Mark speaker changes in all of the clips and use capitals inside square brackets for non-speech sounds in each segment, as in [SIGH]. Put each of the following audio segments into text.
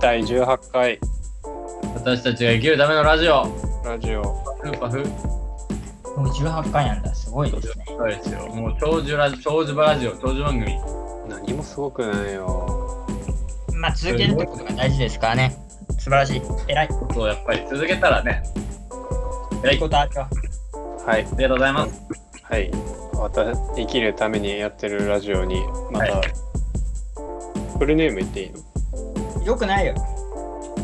Speaker 1: 第18回
Speaker 2: 私たちが生きるためのラジオ。
Speaker 1: ラジオ。
Speaker 2: フーパフ。
Speaker 3: もう18回なんだ。すごいですね。
Speaker 2: そうですよ。もう長寿ラジ長寿ラジオ、長寿番組。
Speaker 1: 何もすごくないよ。
Speaker 3: まあ、続けるってことが大事ですからね。素晴らしい。偉い。
Speaker 2: そう、やっぱり続けたらね。はい
Speaker 3: いいことあるよ。
Speaker 1: はい。
Speaker 2: ありがとうございます。
Speaker 1: はい。また生きるためにやってるラジオに、また、
Speaker 2: は
Speaker 1: フルネーム言っていいの
Speaker 3: よくないよ。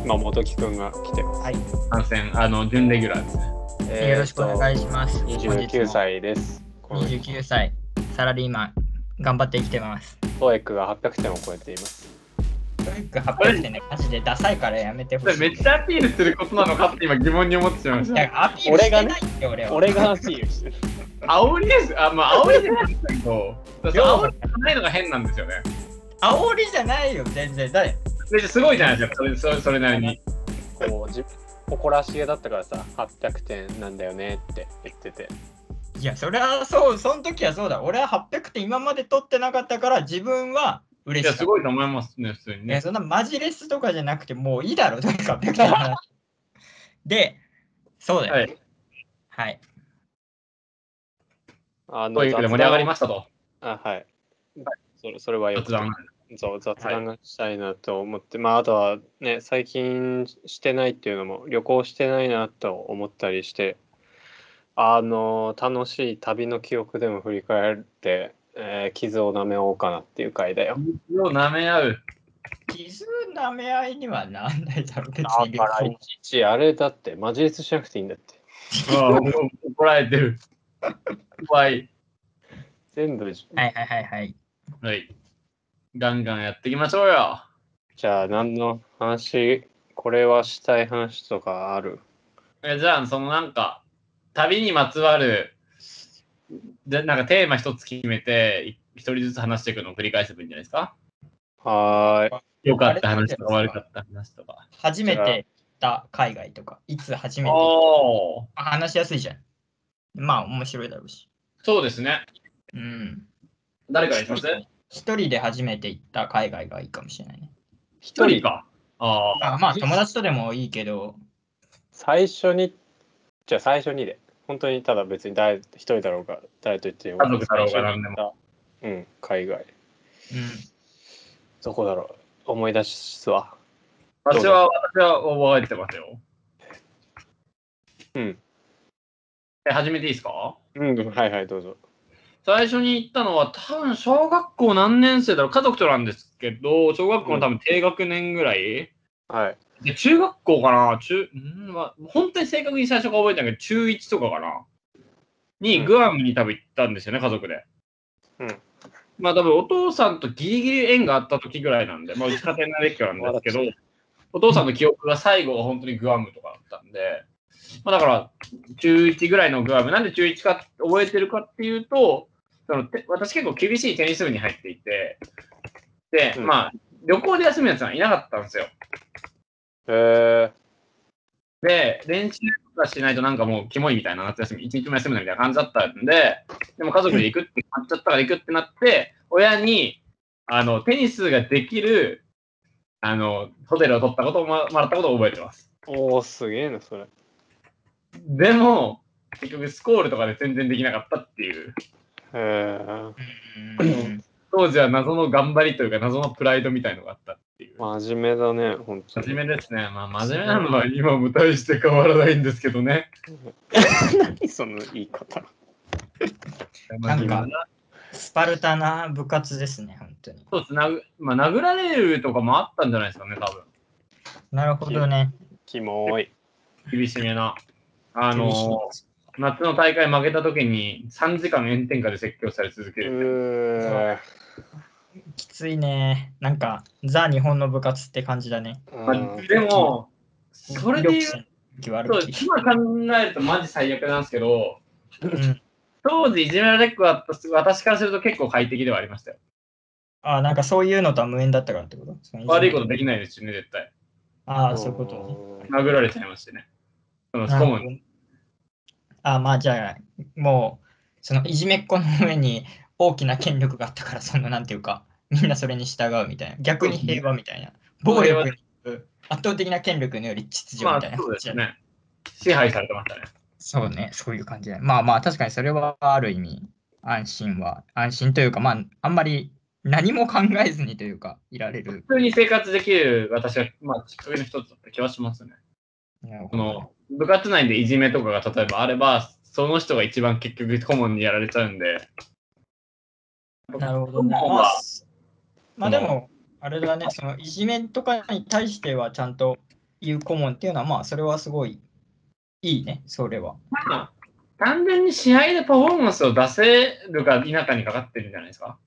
Speaker 1: 今、元木くんが来てます。
Speaker 2: 参戦、あの、準レギュラーですね。
Speaker 3: よろしくお願い
Speaker 1: し
Speaker 3: します。本日も
Speaker 1: 29。歳です。この人
Speaker 3: 29歳。サラリーマン。頑張って生きてます。
Speaker 1: トーエックが800点を超えています。
Speaker 3: トイック800点ね。マジでダサいからやめて
Speaker 2: そ
Speaker 3: ほ
Speaker 2: れ
Speaker 3: しい。
Speaker 2: めっちゃアピールすることなのかって今疑問に思ってしまいまし
Speaker 3: い
Speaker 2: た。
Speaker 3: やアピールしてないって俺は。
Speaker 1: 俺がアピールしてる。
Speaker 2: 煽りです。あ、まあ煽りじゃないんですけど、 [LAUGHS] そう煽りじゃないのが変なんですよね。
Speaker 3: 煽りじゃないよ、全然。誰
Speaker 2: ですごいじゃないですか、それそれそれなりに。
Speaker 1: こうじ誇らしげだったからさ、800点なんだよねって言ってて。
Speaker 3: いや、それはそう、その時はそうだ。俺は800点今まで取ってなかったから、自分は嬉
Speaker 2: い
Speaker 3: しか
Speaker 2: や、
Speaker 3: った。
Speaker 2: すごいと思いますね、普通に
Speaker 3: いや
Speaker 2: ね。
Speaker 3: そんなマジレスとかじゃなくて、もういいだろ、とにかく。別に話で、そうだよ。
Speaker 2: は
Speaker 3: はいい。。
Speaker 1: あ。
Speaker 2: トイックで盛り上がりましたたと。
Speaker 1: あ、はい。それそれはよ
Speaker 2: 雑
Speaker 1: く
Speaker 2: 談。
Speaker 1: そう雑談がしたいなと思って、まああとはね最近してないっていうのも旅行してないなと思ったりしてあの楽しい旅の記憶でも振り返って、えー傷を舐めようかなっていう回だよ。
Speaker 2: 水を舐め合う。
Speaker 3: 傷舐め合いにはなんないだろう、別
Speaker 1: だ
Speaker 3: に旅
Speaker 1: から
Speaker 3: 行
Speaker 1: い。ちいちあれだってマジレスしなくていいんだって
Speaker 2: ああもう怒られてる。怖い。
Speaker 1: 全部
Speaker 3: はいはいはいはい。
Speaker 2: はい。ガンガンやっていきましょうよ。
Speaker 1: じゃあ何の話これはしたい話とかある
Speaker 2: えじゃあ、そのなんか、旅にまつわる、でなんかテーマ一つ決めて、い一人ずつ話していくのを繰り返せばいいんじゃないですか
Speaker 1: はーい
Speaker 2: 良かった話とか悪かった話とか。
Speaker 3: 初めて行った海外とか、いつ初めて行っ
Speaker 2: おお。
Speaker 3: た話しやすいじゃん。まあ、面白いだろうし。
Speaker 2: そうですね。
Speaker 3: うん。
Speaker 2: 誰からにします
Speaker 3: 一人で初めて行った海外がいいかもしれないね。
Speaker 2: 一人か。ああ。
Speaker 3: まあ、まあ、友達とでもいいけど、
Speaker 1: 最初にじゃあ最初にで本当にただ別に誰一人だろうが誰と言っても
Speaker 2: 家族だろうが何で
Speaker 1: もうん海外
Speaker 3: うん。
Speaker 1: どこだろう思い出すわ
Speaker 2: 私は、私は覚えてますよ。
Speaker 1: うん。
Speaker 2: え、始めていいですか
Speaker 1: うんはいはいどうぞ
Speaker 2: 最初に行ったのは、多分小学校何年生だろう、家族となんですけど、小学校の多分低学年ぐらい、
Speaker 1: はい
Speaker 2: で中学校かな中、うんまあ、本当に正確に最初から覚えてないけど、中1とかかな
Speaker 1: う
Speaker 2: に、
Speaker 1: ん
Speaker 2: グアムに多分行ったんですよね、家族で。
Speaker 1: うん。
Speaker 2: まあ多分お父さんとギリギリ縁があった時ぐらいなんで、まあうち家庭内別居なんですけど、お父さんの記憶が最後は本当にグアムとかだったんで、まあだから、中1ぐらいのグアム、なんで中1か覚えてるかっていうと、そのて私結構厳しいテニス部に入っていて、で、
Speaker 1: うん
Speaker 2: まあ、旅行で休むやつはいなかったんですよ。
Speaker 1: え
Speaker 2: で、練習とかしないとなんかもうキモいみたいな夏休み、一日も休むなみたいな感じだったんで、でも家族で行くってなっちゃったから行くってなって、親に、あの、テニスができる、あの、ホテルを取ったことをももらったことを覚えてます。
Speaker 1: ー、おおすげえなそれ
Speaker 2: でも、結局スコールとかで全然できなかったっていう、
Speaker 1: えー、
Speaker 3: うん
Speaker 2: 当時は謎の頑張りというか謎のプライドみたいのがあったっていう。
Speaker 1: 真面目だね本当
Speaker 2: 真
Speaker 1: に
Speaker 2: 面目ですね。まあ真面目なのは今も大して変わらないんですけどね。
Speaker 1: 何その言い方
Speaker 3: なんかスパルタな部活ですね、本当に。
Speaker 2: そうですなぐ、まあ、殴られるとかもあったんじゃないですかね、多分
Speaker 3: なるほどね。
Speaker 1: キモい
Speaker 2: 厳しめな。あのー夏の大会負けた時に3時間炎天下で説教され続け
Speaker 1: う
Speaker 2: る。
Speaker 1: ー
Speaker 3: きついね。なんか、ザ・日本の部活って感じだね。
Speaker 1: う
Speaker 2: まあ、でも、それで言う
Speaker 3: 力士の気悪
Speaker 2: と、
Speaker 3: い
Speaker 2: 今考えるとマジ最悪なんですけど、
Speaker 3: うん、
Speaker 2: 当時いじめられっ子だった私からすると結構快適ではありましたよ。
Speaker 3: あなんかそういうのとは無縁だったからってこと
Speaker 2: 悪いことで
Speaker 3: き
Speaker 2: きないですしね、絶対。
Speaker 3: ああ、そういうことね。
Speaker 2: 殴られちゃいましてね。その
Speaker 3: なる
Speaker 2: 顧
Speaker 3: ほど
Speaker 2: 問に。
Speaker 3: あまあじゃあ、もう、そのいじめっ子の上に大きな権力があったから、そのなんていうか、みんなそれに従うみたいな。逆に平和みたいな。暴力に圧倒的な権力により秩序
Speaker 2: ま
Speaker 3: み
Speaker 2: あ、
Speaker 3: たいな
Speaker 2: そう
Speaker 3: 感
Speaker 2: で
Speaker 3: じ
Speaker 2: す
Speaker 3: だね、
Speaker 2: ね。支配されてましたね。
Speaker 3: そうね、そういう感じだね。まあまあ、確かにそれはある意味、安心は、安心というか、まあ、あんまり何も考えずにというか、いられる。
Speaker 2: 普通に生活できる私は、まあ、きっかけの一つだった気はしますね。その部活内でいじめとかが例えばあれば、その人が一番結局顧問にやられちゃうんで、
Speaker 3: なるほどね。
Speaker 2: まあ
Speaker 3: まあ、まあでも、あれだね、そのいじめとかに対してはちゃんと言う顧問っていうのは、まあ、それはすごいいいね、それは。
Speaker 2: まあ、単純に試合でパフォーマンスを出せるか否かにかかってるんじゃないですか。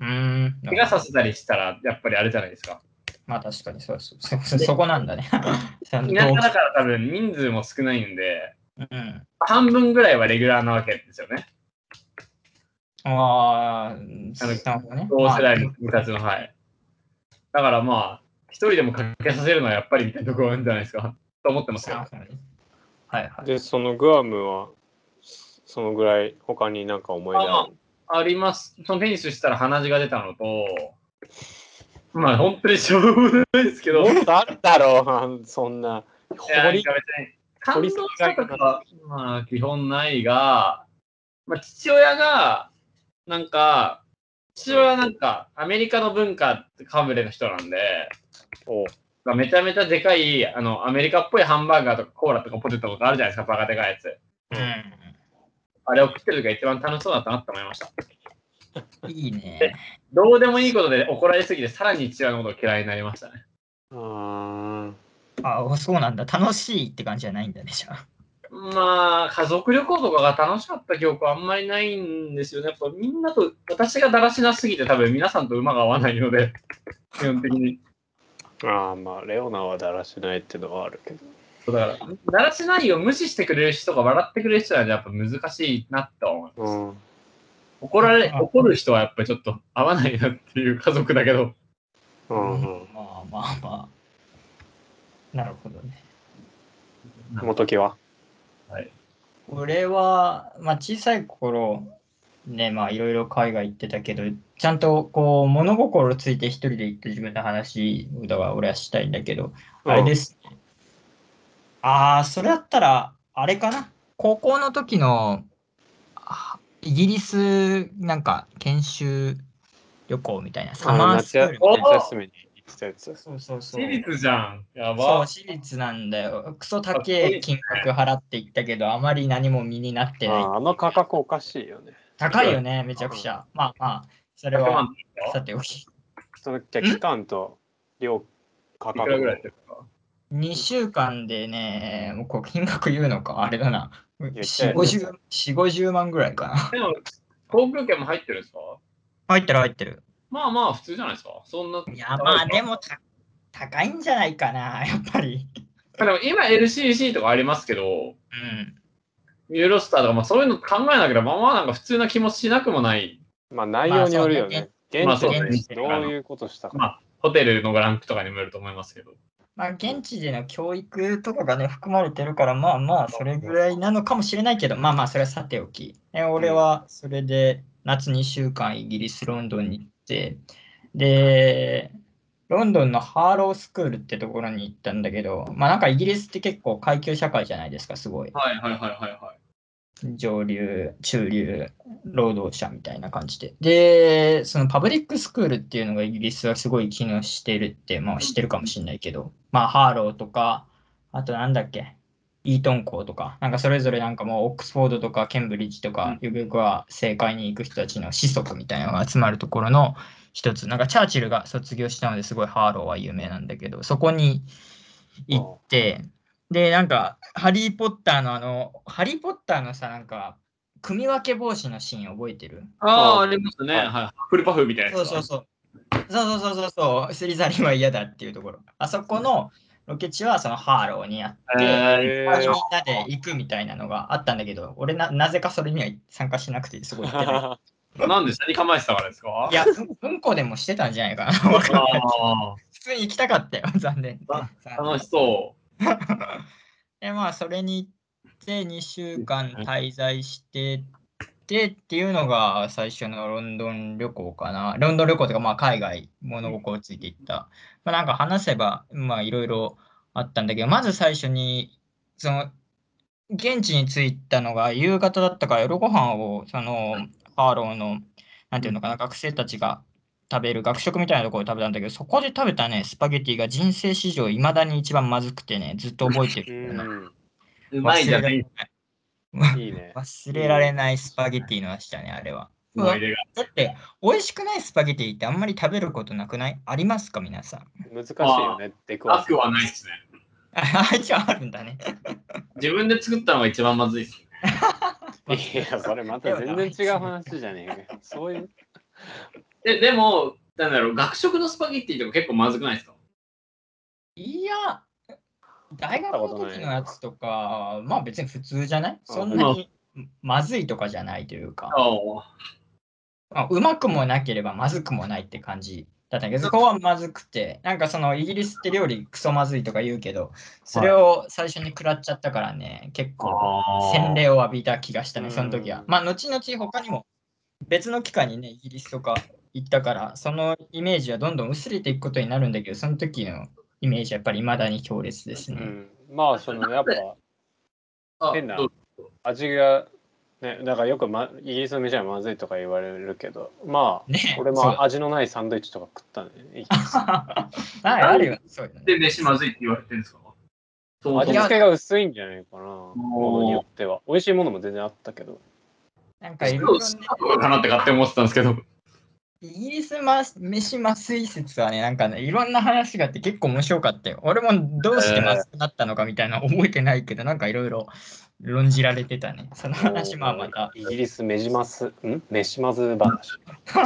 Speaker 3: うーん。
Speaker 2: 怪我させたりしたら、やっぱりあれじゃないですか。
Speaker 3: まあ確かにそうそうそそそこなんだね。ちゃんと
Speaker 2: 田舎だから多分人数も少ないんで、
Speaker 3: うん、
Speaker 2: 半分ぐらいはレギュラーなわけですよね。
Speaker 3: ああ、なるほどね。
Speaker 2: 同世代の部活の、はい。だからまあ、一人でもかけさせるのはやっぱりみたいなところあるんじゃないですか。と思ってます
Speaker 3: ま
Speaker 2: よ
Speaker 3: あ。はいはい。
Speaker 1: で、そのグアムは、そのぐらい、他になんか思い出ある
Speaker 2: あります。そのテニスしたら鼻血が出たのと、まあ本当にしょうもないですけど、
Speaker 1: もっとあるだろう [LAUGHS] あの、そんな。掘り
Speaker 2: いやなんか別に感動したとかは、まあ基本ないが、まあ父親が、なんか、父親はなんかアメリカの文化かぶれの人なんで、
Speaker 1: を、
Speaker 2: まあめちゃめちゃでかい、あの、アメリカっぽいハンバーガーとかコーラとかポテトとかあるじゃないですか、バカでかいやつ。あれを食ってる時が一番楽しそうだったなって思いました。
Speaker 3: うん、いいね。
Speaker 2: どうでもいいことで怒られすぎて、さらに父親のことを嫌いになりましたね。
Speaker 1: うーん。
Speaker 3: ああ、そうなんだ。楽しいって感じじゃないんだね、じゃあ。
Speaker 2: まあ、家族旅行とかが楽しかった記憶はあんまりないんですよね。やっぱみんなと、私がだらしなすぎて多分皆さんと馬が合わないので、 [LAUGHS] 基本的に。
Speaker 1: ああ、まあ、レオナはだらしないってのはあるけど。
Speaker 2: そうだから、だらしないを無視してくれる人とか笑ってくれる人はやっぱ難しいなと思う。
Speaker 1: うん。
Speaker 2: 怒られ、怒る人はやっぱちょっと合わないなっていう家族だけど、
Speaker 1: うんうん。
Speaker 3: まあまあまあ。なるほどね。
Speaker 1: 元木は。
Speaker 3: 俺は、まあ、小さい頃ねまあいろいろ海外行ってたけどちゃんとこう物心ついて一人で行った自分の話をだから俺はしたいんだけどあれですす、ああそれだったらあれかな高校の時のあイギリスなんか研修旅行みたいなサ
Speaker 1: あ
Speaker 3: マ
Speaker 1: の
Speaker 3: ース
Speaker 1: 夏
Speaker 3: クー
Speaker 1: や
Speaker 3: ルみたい
Speaker 1: 夏
Speaker 3: な
Speaker 1: 休みに行ってたやつ。
Speaker 3: そうそうそう
Speaker 2: 私立じゃん。や
Speaker 3: そ
Speaker 2: ば
Speaker 3: う。私立なんだよクソ高え金額払っていったけどあまり何も身になって
Speaker 1: あ
Speaker 3: ない
Speaker 1: ああの価格おかしいよね。
Speaker 3: 高いよね、めちゃくちゃ。まあまあ、それ
Speaker 2: 100
Speaker 3: は
Speaker 2: 万ですか
Speaker 3: さておき。
Speaker 1: そのじゃあ期間と量、価
Speaker 2: いくらぐらい
Speaker 1: 格
Speaker 2: で。すか
Speaker 3: 2週間でね、もうこう金額言うのか、あれだな。
Speaker 1: 言っちゃえ
Speaker 3: 4、50 4 50万ぐらいかな。
Speaker 2: でも、航空券も入ってるんですか
Speaker 3: 入ってる入ってる。
Speaker 2: まあまあ普通じゃないですか。そんな。
Speaker 3: いや、まあでもた高いんじゃないかな、やっぱり。
Speaker 2: でも今 LCC とかありますけど、
Speaker 3: うん。
Speaker 2: ユーロスターとか、まあ、そういうの考えなければ、まあまあなんか普通な気もしなくもない。
Speaker 1: まあ内容によるよね。現
Speaker 2: まあ
Speaker 1: 地
Speaker 2: そう
Speaker 3: ね
Speaker 1: で
Speaker 3: 現地
Speaker 1: どういうことしたか。
Speaker 2: まあホテルのランクとかにもよると思いますけど。
Speaker 3: まあ現地での教育とかがね、含まれてるから、まあまあ、それぐらいなのかもしれないけど、まあまあ、それはさておき。え俺はそれで夏2週間イギリス・ロンドンに行って、で、ロンドンのハーロースクールってところに行ったんだけど、まあなんかイギリスって結構階級社会じゃないですか、すごい。
Speaker 2: はいはいはいはいはい。
Speaker 3: 上流、中流、労働者みたいな感じで。で、そのパブリックスクールっていうのがイギリスはすごい機能してるって、まあ知ってるかもしれないけど、まあハーローとか、あとなんだっけ、イートン校とか、なんかそれぞれなんかもうオックスフォードとかケンブリッジとか、よくよくは政界に行く人たちの子息みたいなのが集まるところの一つ、なんかチャーチルが卒業したのですごいハーローは有名なんだけど、そこに行って、で、なんか、ハリー・ポッターのあの、ハリー・ポッターのさ、なんか、組み分け帽子のシーン覚えてる
Speaker 2: あ
Speaker 1: あ
Speaker 2: あ、ありますね。
Speaker 1: は
Speaker 2: はいいはい。フルパフみたいな
Speaker 3: そう
Speaker 2: やつ。
Speaker 3: そうそう。そうそうそうそう、スリザリンは嫌だっていうところ。あそこのロケ地はそのハーローにあって、
Speaker 2: え
Speaker 3: みんなで行くみたいなのがあったんだけど、俺ななぜかそれには参加しなくて、すごい行っ
Speaker 2: [LAUGHS]
Speaker 3: てない。
Speaker 2: ー、なんで下に構えてたからですか
Speaker 3: いや、うんうんこでもしてたんじゃないか
Speaker 2: [LAUGHS]
Speaker 3: な。わかんない
Speaker 2: あ
Speaker 3: 普通に行きたかったよ、残念。
Speaker 2: あ
Speaker 3: [LAUGHS] 残
Speaker 2: あ、
Speaker 3: 念
Speaker 2: 楽しそ
Speaker 3: でまあそれに行って2週間滞在してしてっていうのが最初のロンドン旅行かな。ロンドン旅行とか、まあ、海外、物心ついていった。まあ、なんか話せば、まあ、いろいろあったんだけど、まず最初に、その、現地に着いたのが夕方だったから、夜ご飯を、その、ハーローの、なんていうのかな、学生たちが食べる学食みたいなところで食べたんだけど、そこで食べたね、スパゲティが人生史上いまだに一番まずくてね、ずっと覚えて
Speaker 1: う
Speaker 3: るような。
Speaker 1: ん。
Speaker 2: うまいじゃない
Speaker 3: 忘れられない
Speaker 1: いいね。
Speaker 3: 忘れられないスパゲティの味だね、あれは。
Speaker 2: 思い出が。
Speaker 3: だって、美味しくないスパゲティってあんまり食べることなくないありますか、皆さん。 [LAUGHS]
Speaker 1: 難しいよね。デコ
Speaker 2: 悪はないですね。
Speaker 3: あ、じゃああるんだね。
Speaker 2: 自分で作ったのが一番まずいですね。
Speaker 1: いや、それまた全然違う話じゃねえかよ。そういう。
Speaker 2: ででも、なんだろう、学食のスパゲッティとか結構まずくないですか
Speaker 3: いや、大学の時のやつとか、まあ別に普通じゃないそんなにまずいとかじゃないというか、
Speaker 2: あ
Speaker 3: まあ、うまくもなければまずくもないって感じだったけど、そこはまずくて、なんかそのイギリスって料理クソまずいとか言うけど、それを最初に食らっちゃったからね、結構
Speaker 2: あ
Speaker 3: 洗礼を浴びた気がした
Speaker 1: う
Speaker 3: ね、
Speaker 1: ん
Speaker 3: その時は。まあ、後々他にも別の機会にね、イギリスとか行ったから、そのイメージはどんどん薄れていくことになるんだけど、その時のイメージはやっぱり未だに強烈です
Speaker 1: う
Speaker 3: ね。
Speaker 1: ん、まあ、その、やっ
Speaker 2: あ
Speaker 1: 変な
Speaker 2: どう
Speaker 1: ぱ味が、ね、だからよく、ま、イギリスの飯はまずいとか言われるけど、まあ、
Speaker 3: ね
Speaker 1: 俺
Speaker 3: そう
Speaker 1: も味のないサンドイッチとか食ったね。イギリ
Speaker 3: [LAUGHS]
Speaker 1: ス
Speaker 3: ああるよね、そういうのね。
Speaker 2: で飯まずいって言われてるんですかそう
Speaker 1: 味
Speaker 2: そう
Speaker 1: 付けが薄いんじゃないかな、ものによっては。美味しいものも全然あったけど。
Speaker 3: なんかいろいろね、
Speaker 2: そうかなって勝手に思ってたんですけど。
Speaker 3: イギリスま飯まずい説はね、なんかね、いろんな話があって結構面白かったよ。俺もどうしてまずくなったのかみたいなの覚えてないけど、なんかいろいろ論じられてたね。その話、まあまた。
Speaker 1: イギリスメジマス、んメシマス話。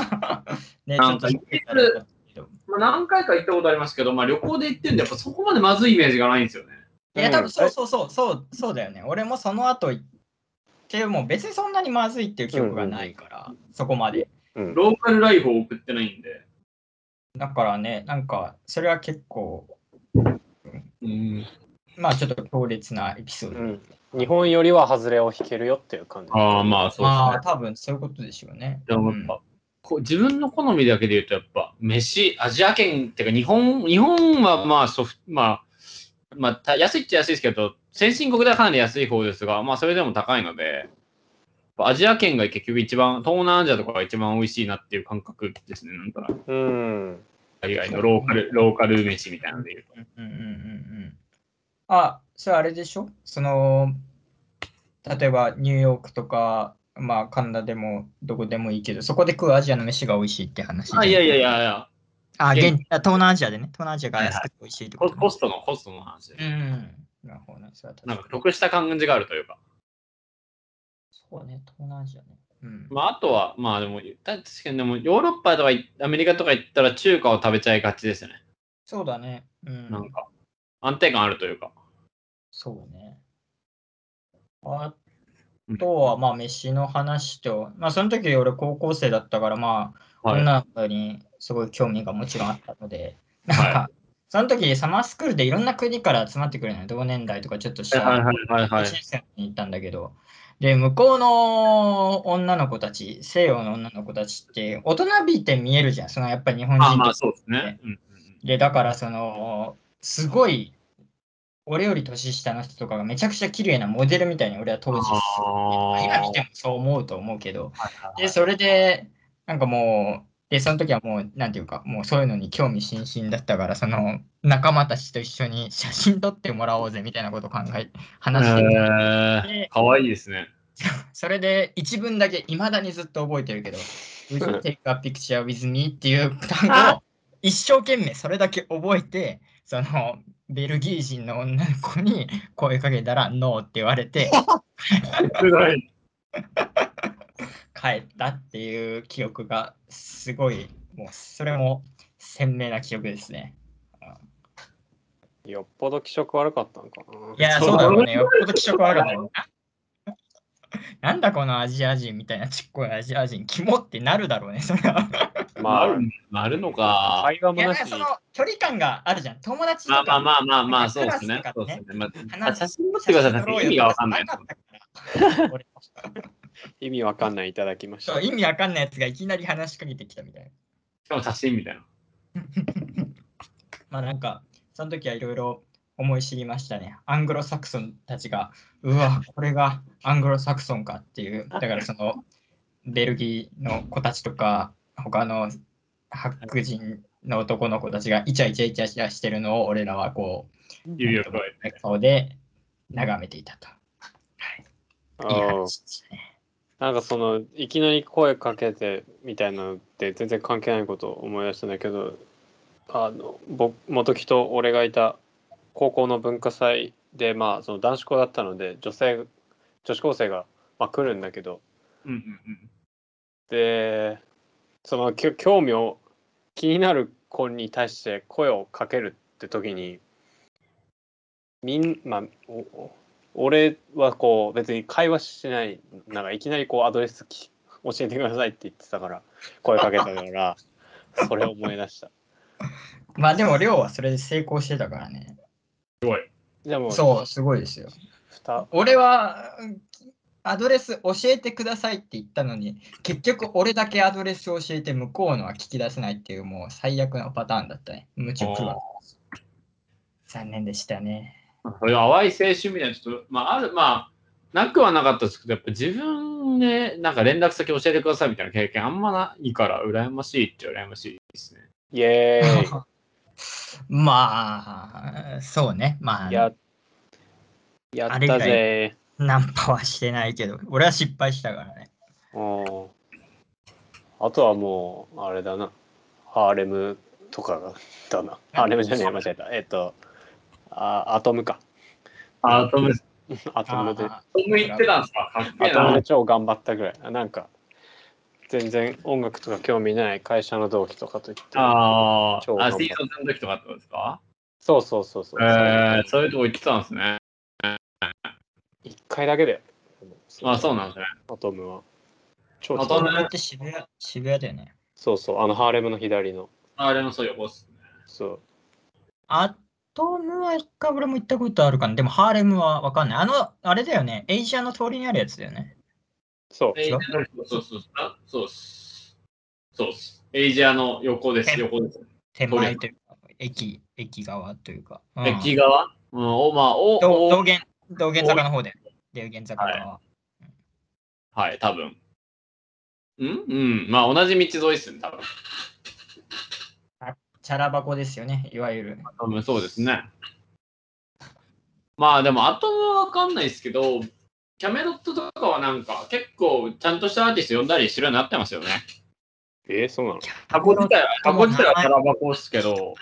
Speaker 3: [LAUGHS] ね、ち
Speaker 2: な
Speaker 3: ょ
Speaker 2: ん
Speaker 3: っと
Speaker 2: か
Speaker 3: 聞けたらよかったけど。
Speaker 2: まあ、何回か行ったことありますけど、まあ、旅行で行ってるんで、やっぱそこまでまずいイメージがないんですよね。
Speaker 3: いや、多分そうそうそう、そうそうだよね。俺もその後行って、もう別にそんなにまずいっていう記憶がないから、そこまで。
Speaker 1: うん。
Speaker 2: ローカルライフを送ってないんで。
Speaker 3: だからね、なんか、それは結構、
Speaker 2: うん。
Speaker 3: まあちょっと強烈なエピソード。
Speaker 1: うん日本よりは外れを引けるよっていう感じ。
Speaker 2: ああ、まあ、そう
Speaker 3: まあ
Speaker 2: で
Speaker 3: 多分そういうことでしょうね。
Speaker 2: すね。でも
Speaker 3: う
Speaker 2: やっ
Speaker 3: ん
Speaker 2: ぱこう自分の好みだけで言うと、やっぱ、飯、アジア圏っていうか、日本、日本はまあ、ソフまあ、まあ、た安いっちゃ安いですけど、先進国ではかなり安い方ですが、まあ、それでも高いので、やっぱアジア圏が結局一番、東南アジアとかが一番美味しいなっていう感覚ですね、なんとなく。
Speaker 1: うん。
Speaker 2: 海外のローカル、ローカル飯みたいなので言うと。
Speaker 3: うんうんうんうん。あ、それあれでしょその、例えばニューヨークとか、まあカナダでもどこでもいいけど、そこで食うアジアの飯が美味しいって話じゃん。
Speaker 2: あ、いやいやいやいや、
Speaker 3: あ、
Speaker 2: 現
Speaker 3: 現あ東南アジアでね、東南アジアが安くて美味しいってこ
Speaker 2: コ
Speaker 3: とね、
Speaker 2: コストの、コストの話です。
Speaker 3: うん。なるほどね。それは確か
Speaker 2: なん
Speaker 3: に
Speaker 2: か得した感じがあるというか。
Speaker 3: そうね、東南アジアね。うん。
Speaker 2: まあ、あとは、まあでも、確かにでも、ヨーロッパとかい、アメリカとか行ったら中華を食べちゃいがちですよね。
Speaker 3: そうだね。う。
Speaker 2: なんんか、安定感あるというか。
Speaker 3: そうね。あとは、まあ、飯の話と、まあ、その時俺高校生だったから、まあ、
Speaker 2: はい。
Speaker 3: 女の子にすごい興味がもちろんあったので、なん
Speaker 2: はい
Speaker 3: か、その時サマースクールでいろんな国から集まってくるのよ、同年代とかちょっとした。
Speaker 2: はいはいはいは
Speaker 3: 一
Speaker 2: い。
Speaker 3: 年生に行ったんだけど、で、向こうの女の子たち、西洋の女の子たちって、大人びて見えるじゃん、そのやっぱ日本
Speaker 2: あ、
Speaker 3: 人
Speaker 2: まあ
Speaker 3: と。
Speaker 2: そうですね。うんうんうん
Speaker 3: で、だから、その、すごい、俺より年下の人とかがめちゃくちゃ綺麗なモデルみたいに俺は当時、
Speaker 2: あー
Speaker 3: 今見てもそう思うと思うけど、
Speaker 2: はいはい
Speaker 3: で、それで、なんかもう、で、その時はもう、なんていうか、もうそういうのに興味津々だったから、その仲間たちと一緒に写真撮ってもらおうぜみたいなことを考え、話してて、
Speaker 2: えー、かわいいですね。
Speaker 3: それで一文だけ、いまだにずっと覚えてるけど、Will you take a picture with me っていう単語を一生懸命それだけ覚えて、そのベルギー人の女の子に声かけたら、ノーって言われて、
Speaker 2: すごい。
Speaker 3: 帰ったっていう記憶がすごい、もうそれも鮮明な記憶ですね。
Speaker 1: よっぽど気色悪かったのか
Speaker 3: いや、
Speaker 2: そう
Speaker 3: そうだろうね。よっぽど気色悪かった。なんだこのアジア人みたいなちっこいアジア人、キモってなるだろうね、それは。
Speaker 1: な。
Speaker 2: まあ、
Speaker 1: ま
Speaker 2: あ
Speaker 1: あ
Speaker 2: る、あるのか。
Speaker 1: 会話
Speaker 3: い
Speaker 1: も
Speaker 3: や、
Speaker 1: な
Speaker 3: な
Speaker 1: んし
Speaker 3: か
Speaker 1: に
Speaker 3: その距離感があるじゃん。友達と
Speaker 2: ま
Speaker 3: か
Speaker 2: あまあまあまあまあ、そう
Speaker 3: ク
Speaker 2: で
Speaker 3: ラ
Speaker 2: す
Speaker 3: ス
Speaker 2: ね
Speaker 3: と。か
Speaker 2: そうで
Speaker 3: ね
Speaker 2: すね。まあ、
Speaker 3: 話
Speaker 2: 写真撮ってください。意味がわかんない。
Speaker 3: 撮ろうよとかなかったから俺
Speaker 1: 意味わかんないいただきまし
Speaker 3: そ
Speaker 1: た
Speaker 3: う。意味わかんないやつがいきなり話しかけてきたみたいな。
Speaker 2: しかも写真みたいな。
Speaker 3: まあなんか、その時はいろいろ思い知りましたね。アングロサクソンたちが、うわ、これがアングロサクソンかっていう、だからその、ベルギーの子たちとか、他の白人の男の子たちがイチャイチャイチャイチャしてるのを俺らはこ
Speaker 2: 指を加え
Speaker 3: う、そうで眺めていたと。
Speaker 1: あ
Speaker 3: いい
Speaker 1: ー
Speaker 3: 話でしたね。
Speaker 1: なんかそのいきなり声かけてみたいなのって全然関係ないことを思い出したんだけどあの僕元木と俺がいた高校の文化祭でまあその男子校だったので女性女子高生が、まあ、来るんだけど
Speaker 2: うんうんうん。
Speaker 1: でそのきょ興味を気になる子に対して声をかけるって時にみんまあおお俺はこう別に会話してないなんかいきなりこうアドレスき教えてくださいって言ってたから声かけたからそれを思い出した
Speaker 3: まあでも、亮はそれで成功してたからね。
Speaker 1: でも
Speaker 3: そう、すごいですよ。
Speaker 1: ふた
Speaker 3: 俺はうんアドレス教えてくださいって言ったのに結局俺だけアドレスを教えて向こうのは聞き出せないっていうもう最悪のパターンだったね。無直は。残念でしたね。
Speaker 2: それが淡い青春みたいな、ちょっと、まあ、ある、まあ、なくはなかったですけど、やっぱ自分で、なんか連絡先教えてくださいみたいな経験あんまないから、羨ましいって羨ましいですね。
Speaker 1: イエ
Speaker 3: [LAUGHS]
Speaker 1: ー
Speaker 3: まあ、そうね。ま
Speaker 1: イ
Speaker 3: あ
Speaker 1: や、や
Speaker 3: あ
Speaker 1: っ
Speaker 3: れ以
Speaker 1: た
Speaker 3: 外
Speaker 1: ぜ
Speaker 3: ナンパはしてないけど、俺は失敗したからね。
Speaker 1: うんあとはもう、あれだな。ハーレムとかがだな。ハーレムじゃねえ、間違えた。えっと、あアトムか。
Speaker 2: あ、トム、ト
Speaker 1: アトムで、
Speaker 3: あ
Speaker 1: ア
Speaker 2: ム行ってたんですかかっけえ
Speaker 1: トム
Speaker 2: な
Speaker 1: で。超頑張ったぐらい。なんか、全然音楽とか興味ない会社の同期とかと言って。
Speaker 2: あ
Speaker 1: 超
Speaker 2: ーあ、
Speaker 1: 頑張
Speaker 2: シ
Speaker 1: っ
Speaker 2: ーズンの時とかってことですか
Speaker 1: そうそうそうそう。
Speaker 2: えー、そういうとこ行ってたんですね。
Speaker 1: 一回だけだよ。
Speaker 2: あ、そうなんですね。
Speaker 1: アトムは。超
Speaker 2: アトム
Speaker 3: これって渋谷渋谷だよね。
Speaker 1: そうそう、あのハーレムの左の。
Speaker 2: あれもそうよ、ボス。
Speaker 1: そう。
Speaker 3: アトムは一回俺も行ったことあるかな。でもハーレムはわかんない。あの、あれだよね。エイジアの通りにあるやつだよね。
Speaker 1: そう。
Speaker 2: エイ
Speaker 3: 違
Speaker 2: ジ
Speaker 3: う
Speaker 2: アのそうそうそう。あそうっす。そうっす。エイジアの横です、
Speaker 3: え
Speaker 2: 横です。
Speaker 3: 手前というか、駅、駅側というか。うん
Speaker 2: 駅側うん、お、まあ、お、
Speaker 3: 道道
Speaker 2: お、
Speaker 3: 玄、道玄坂の方で。道玄坂側。
Speaker 2: はい、多分。んうん、まあ、同じ道沿いっすね、多分。
Speaker 3: チャラ箱ですよね、いわゆる。
Speaker 2: 多分そうですね。まあ、でも、後はわかんないですけど、キャメロットとかはなんか、結構、ちゃんとしたアーティスト呼んだりするようになってますよね。
Speaker 1: えーそうなの
Speaker 2: 箱自体は、
Speaker 3: キャメ
Speaker 2: 箱
Speaker 3: ロット
Speaker 2: 自体
Speaker 3: の名前
Speaker 2: はタラ箱ですけど、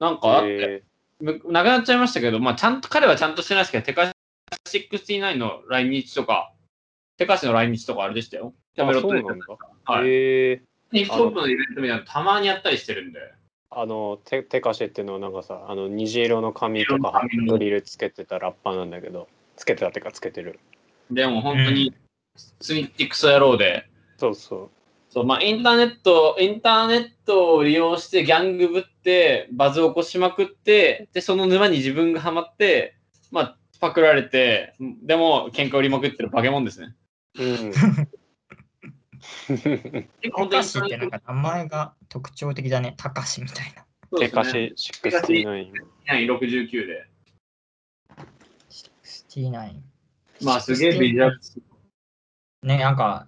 Speaker 2: なんかあって、
Speaker 1: え
Speaker 2: むなくなっちゃいましたけど、まあ、ちゃんと、彼はちゃんとしてないですけど、テカ69の来日とか、テカシの来日とかあれでしたよ。キ
Speaker 1: ー
Speaker 2: ャメロ
Speaker 1: あ
Speaker 2: ッ
Speaker 1: そ
Speaker 2: ト
Speaker 1: う
Speaker 2: で
Speaker 1: なんだ。
Speaker 2: はい
Speaker 1: えー
Speaker 2: ヒップホップのイベントみたいなのたまにやったりしてるんで。
Speaker 1: あのテテカシェっていうのはなんかさあの虹色の髪とか
Speaker 2: 虹色の髪の
Speaker 1: ドリルつけてたラッパーなんだけどつけてたってかつけてる
Speaker 2: でも本当に、スニッティクソ野郎で、
Speaker 1: そうそ
Speaker 2: そう、まあ、インターネット、インターネットを利用してギャングぶって、バズを起こしまくって、で、その沼に自分がハマって、まあ、パクられて、でも、喧嘩売りまくってるバケモンですね。
Speaker 1: ううん
Speaker 2: [LAUGHS]
Speaker 3: おかしってなんか名前が特徴的だね、たかしみたいな。
Speaker 1: テカ
Speaker 2: そうで
Speaker 1: シ69
Speaker 2: すね。69で。
Speaker 3: 69。
Speaker 2: まあ、すげえビジュアル。
Speaker 3: ね、なんか、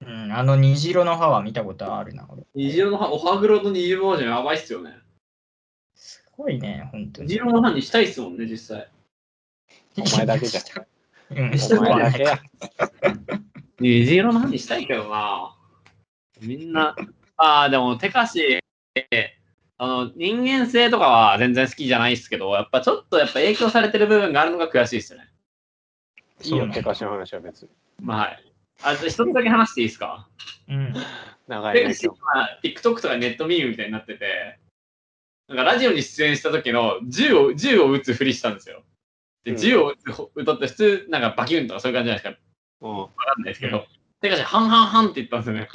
Speaker 3: うん、あの虹色の歯は見たことあるな、俺。
Speaker 2: 虹色の歯、お歯黒と虹色の歯じゃやばいっすよね。
Speaker 3: すごいね、本当に。
Speaker 2: 虹色の歯にしたいっすもんね、実際。
Speaker 3: [LAUGHS]
Speaker 1: お前だけじゃ
Speaker 3: ゃ。うん、した
Speaker 1: お
Speaker 3: くは
Speaker 1: 前だ
Speaker 3: ない
Speaker 1: け
Speaker 3: [LAUGHS]
Speaker 1: や
Speaker 2: 虹色の話したいけどな。みんな、ああ、でも、てかし、あの、人間性とかは全然好きじゃないですけど、やっぱちょっとやっぱ影響されてる部分があるのが悔しいですよね。
Speaker 1: いい
Speaker 3: そう
Speaker 1: よ
Speaker 3: ね
Speaker 1: テカシの話は別に
Speaker 2: まあ、はい。あ、じゃあ一つだけ話していいですか。
Speaker 3: うん。
Speaker 1: 長い
Speaker 2: てか
Speaker 1: ね
Speaker 2: し、
Speaker 1: 今日
Speaker 2: まあ TikTok とかネットミームみたいになってて、なんかラジオに出演した時の銃を、銃を撃つふりしたんですよ。
Speaker 1: う
Speaker 2: で、
Speaker 1: ん
Speaker 2: 銃を撃つほ、撃ったって普通、なんかバキュンとかそういう感じじゃないですか。
Speaker 1: うん
Speaker 2: わかんないですけど、てかし、半々半って言ったんですよ [LAUGHS] ね。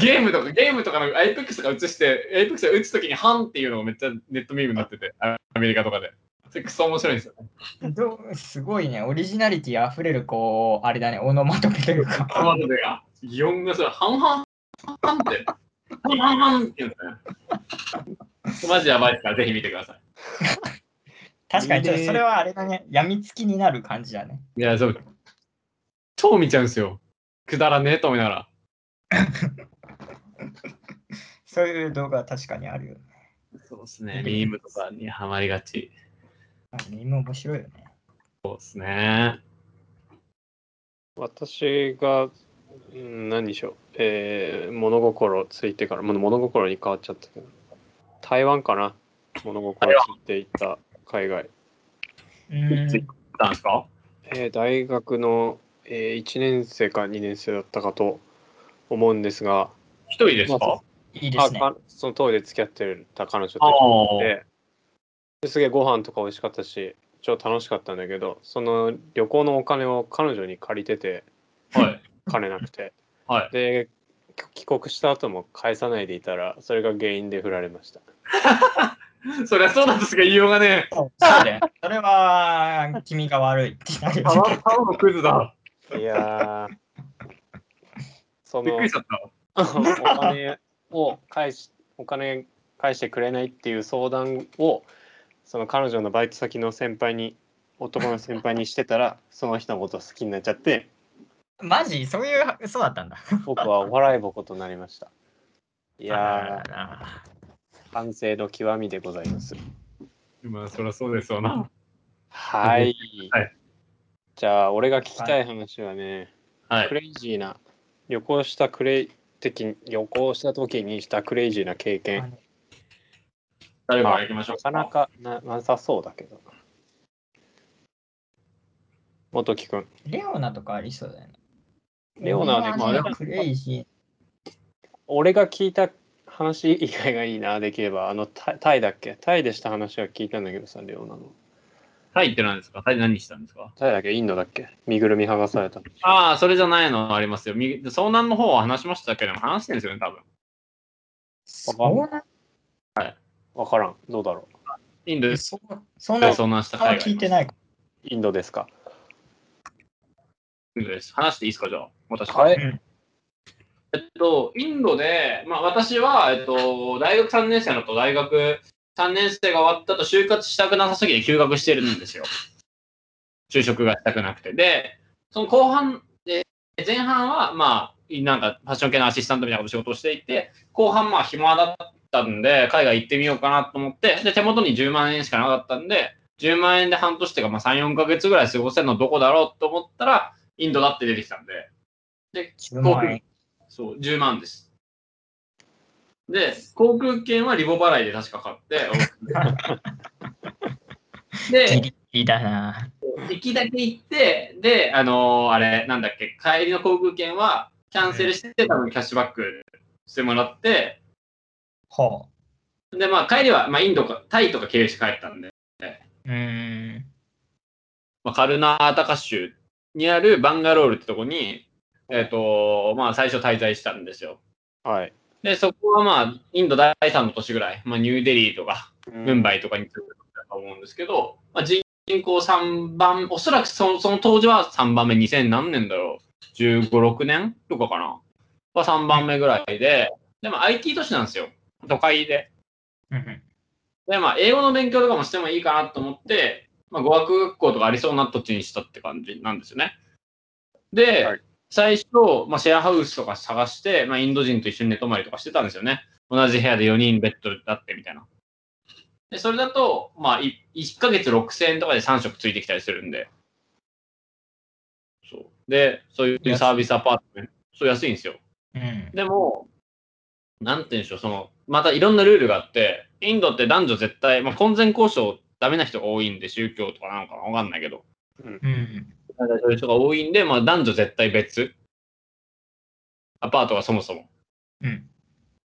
Speaker 2: ゲームとか、ゲームとかの APEX とか映して、APEX を打つときに半っていうのがめっちゃネットミームになってて、あアメリカとかで。それクソ面白いんですよね。
Speaker 3: どうすごいね、オリジナリティあふれる、こう、あれだね、オノマトペというか。
Speaker 2: トマトでが、擬音がそれ、半々、半々って、半々半々って言うんですね。マジやばいですから、ぜひ見てくださ
Speaker 3: 確かに、ちょっとそれはあれだね、やみつきになる感じだね。
Speaker 2: い。いや、そう。超見ちゃうんですよ。くだらねえと思いながら。
Speaker 3: そういう動画は確かにあるよね。
Speaker 2: そうですね。ミームとかにはまりがち。
Speaker 3: 今面白いよね。
Speaker 2: そうですね。
Speaker 1: 私が、うん何でしょう、えー物心ついてから、もう物心に変わっちゃったけど、台湾かな、物心ついていた海外。
Speaker 3: うん
Speaker 2: なんですか
Speaker 1: えー大学の、え1年生か2年生だったかと思うんですが、
Speaker 2: 一人ですか、
Speaker 1: まあ
Speaker 3: いいですね。
Speaker 1: あかその当時付き合ってた彼女と
Speaker 2: あ
Speaker 1: 行ってですげえご飯とか美味しかったし超楽しかったんだけどその旅行のお金を彼女に借りてて
Speaker 2: あ。はい。
Speaker 1: 金なくて
Speaker 2: はい。
Speaker 1: で帰国した後も返さないでいたらそれが原因で振られました
Speaker 2: [LAUGHS] そりゃそうなんですが、言いようがねえ。
Speaker 3: そうだよそれは、君が悪いってなるよね。
Speaker 2: ただのクズだ。
Speaker 1: いやーそ
Speaker 2: [LAUGHS] びっ
Speaker 1: の
Speaker 2: くりしちゃった。
Speaker 1: お金を返しお金返してくれないっていう相談をその彼女のバイト先の先輩に男の先輩にしてたら [LAUGHS] その人のこと好きになっちゃ [LAUGHS] って
Speaker 3: [LAUGHS] マジそういう、そうだったんだ。
Speaker 1: 僕はお笑いぼことなりましたいや
Speaker 3: あ
Speaker 1: ー反省の極みでございます
Speaker 2: まあ、そりゃそうですよな。
Speaker 1: はい、
Speaker 2: はい
Speaker 1: じゃあ俺が聞きたい話はね、
Speaker 2: は
Speaker 1: ク。レイジーな旅行したクレイ的旅行した時にしたクレイジーな経
Speaker 3: ら
Speaker 1: 験
Speaker 3: な
Speaker 2: 誰から行きましょう
Speaker 1: なかなかななさそうだけど。元木君。
Speaker 3: レオナとかありそうだよね。
Speaker 1: レオナはね
Speaker 3: 俺
Speaker 2: まあ
Speaker 3: クレイジ
Speaker 1: 俺が聞いた話以外がいいな、できれば。あの、タイタイだっけタイでした話は聞いたんだけどさ、レオナの。
Speaker 2: タイって何ですかタイ何したんですか
Speaker 1: タイだっけインドだっけ身ぐるみ剥がされた。
Speaker 2: ああ、それじゃないのありますよ。み遭難の方は話しましたけども、話してるんですよね、多分。
Speaker 3: ー。そうな
Speaker 1: わからん。どうだろう。
Speaker 2: インドで
Speaker 3: そうそんな
Speaker 2: 遭難した
Speaker 3: は
Speaker 2: 海
Speaker 3: 聞
Speaker 2: 外
Speaker 3: いてないか
Speaker 1: インドですか。
Speaker 2: インドです。話していいですか、じゃあ。私
Speaker 1: は
Speaker 3: ら。
Speaker 1: い。
Speaker 2: えっと、インドで、まあ、私は、えっと、大学3年生のと大学3年生が終わったと就活したくなさすぎて休学してるんですよ。就職がしたくなくて。で、その後半で、前半は、まあ、なんかファッション系のアシスタントみたいなこと仕事をしていて、後半、まあ、暇だったんで、海外行ってみようかなと思って、で、手元に10万円しかなかったんで、10万円で半年とか、まあ、3、4ヶ月ぐらい過ごせるのどこだろうと思ったら、インドだって出てきたんで、
Speaker 3: 10万円。
Speaker 2: そう、10万です。で、航空券はリボ払いで確か買って、
Speaker 3: ギ
Speaker 2: で、
Speaker 3: リギリだな。
Speaker 2: 行きだけ行って、で、あのーあれ、なんだっけ、帰りの航空券はキャンセルして、多分キャッシュバックしてもらって、
Speaker 3: ほ
Speaker 2: で、まあ、帰りは、まあ、インドか、タイとか経由して帰ったんで、
Speaker 3: う。うーん。
Speaker 2: まあ、カルナータカ州にあるバンガロールってとこに、えっ、と、まあ、最初滞在したんですよ。
Speaker 1: はい。
Speaker 2: で、そこはまあ、インド第3の都市ぐらい、まあ、ニューデリーとか、ムンバ
Speaker 1: イ。
Speaker 2: イとかに来ると思うんですけど、まあ、人口3番、おそらくそのその当時は3番目、2000何年だろう、15、6年とかかな、は3番目ぐらいで、でも IT 都市なんですよ、都会で。
Speaker 3: うんうん
Speaker 2: で、まあ、英語の勉強とかもしてもいいかなと思って、まあ、語学学校とかありそうな土地にしたって感じなんですよね。で、
Speaker 1: はい
Speaker 2: 最初、まあ、シェアハウスとか探して、まあ、インド人と一緒に寝泊まりとかしてたんですよね。同じ部屋で4人ベッドだってみたいな。で、それだと、まあ、い1ヶ月6000円とかで3食ついてきたりするんで。そう。で、そういうサービスアパートメント、そう安いんですよ。
Speaker 3: うん。
Speaker 2: でも、なんて言うんでしょう、その、またいろんなルールがあって、インドって男女絶対、まあ、婚前交渉ダメな人が多いんで、宗教とかなのかなわかんないけど、
Speaker 3: うん。
Speaker 2: そういう人が多いんで、まあ、男女絶対別。アパートがそもそも。
Speaker 3: うん。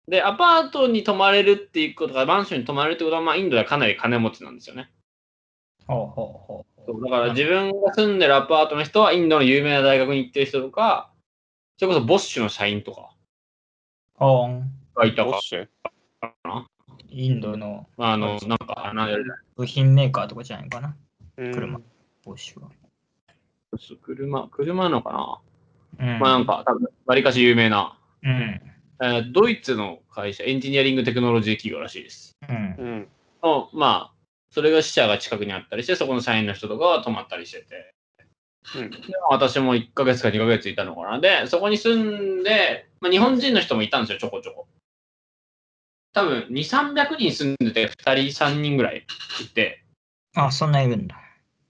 Speaker 2: で、アパートに泊まれるっていうことが、マンションに泊まれるってことは、まあ、インドではかなり金持ちなんですよね。
Speaker 3: ほうほうほ
Speaker 2: そうだから自分が住んでるアパートの人はインドの有名な大学に行ってる人とか、それこそボッシュの社員とか
Speaker 3: う。ほん。
Speaker 2: がいた
Speaker 1: ボ
Speaker 2: か
Speaker 1: ッシュ
Speaker 2: らな。
Speaker 3: インドの
Speaker 2: まあ、あの、なんか、あの、
Speaker 3: 部品メーカーとかじゃないかな、
Speaker 1: うん
Speaker 3: 車ボッシュは。
Speaker 2: 車、車なのかな、
Speaker 3: うん。
Speaker 2: まあ、なんか、多分わりかし有名な、
Speaker 3: うん。
Speaker 2: えードイツの会社、エンジニアリングテクノロジー企業らしいです。
Speaker 3: うん。
Speaker 1: うん。
Speaker 2: の、まあ、それが支社が近くにあったりして、そこの社員の人とかは泊まったりしてて。
Speaker 1: うん
Speaker 2: で私も1ヶ月か2ヶ月いたのかな。で、そこに住んで、まあ、日本人の人もいたんですよ、ちょこちょこ。多分、2、300人住んでて、2人、3人ぐらいいて、
Speaker 3: あ、そんないるんだ。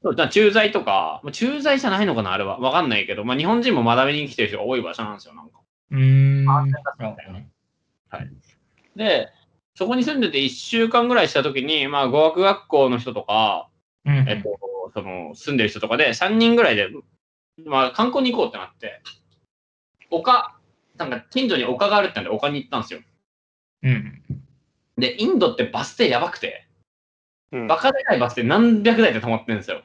Speaker 2: そうだから駐在とか、まあ、駐在じゃないのかな、あれは。わかんないけど、まあ、日本人も学びに来てる人が多い場所なんですよ、なんか。
Speaker 3: うーん。なる
Speaker 2: な
Speaker 3: ほどね
Speaker 2: で、そこに住んでて1週間ぐらいした時に、まあ、語学学校の人とか、
Speaker 3: うん
Speaker 2: えっと、その、住んでる人とかで、3人ぐらいで、まあ、観光に行こうってなって、丘、なんか、近所に丘があるってなんで、丘に行ったんですよ。
Speaker 3: うん。
Speaker 2: で、インドってバス停やばくて、
Speaker 1: うん
Speaker 2: バカでかいバス停何百台って止まってるんですよ。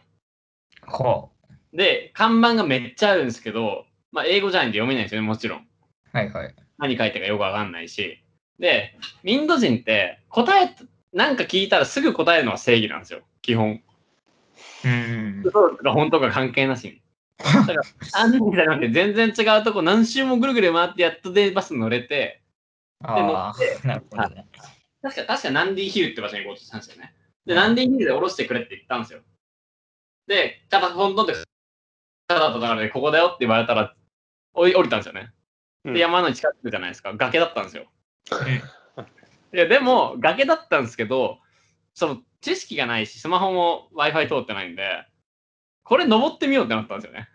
Speaker 3: ほ
Speaker 2: で、看板がめっちゃあるんですけど、まあ、英語じゃないんで読めないんですよね、もちろん。
Speaker 3: う。はいはい。
Speaker 2: 何書いてるかよくわかんないし。で、インド人って、答え、なんか聞いたらすぐ答えるのは正義なんですよ、基本。
Speaker 3: うん。
Speaker 2: そうか本とか関係なしに。だから、あんじゃなくて、全然違うとこ何周もぐるぐる回って、やっとでバス乗れて、
Speaker 3: ああ、なるほどね。
Speaker 2: 確か、確かナンディヒルって場所に行こうとしたんですよね。で、ナンディヒルで降ろしてくれって言ったんですよ。で、ただ、ほんとんで、ただとだからね、ここだよって言われたら、おい降りたんですよね。
Speaker 1: うん
Speaker 2: で、山の近くじゃないですか。崖だったんですよ。いや、でも、崖だったんですけど、その、知識がないし、スマホも Wi-Fi 通ってないんで、これ登ってみようってなったんですよね。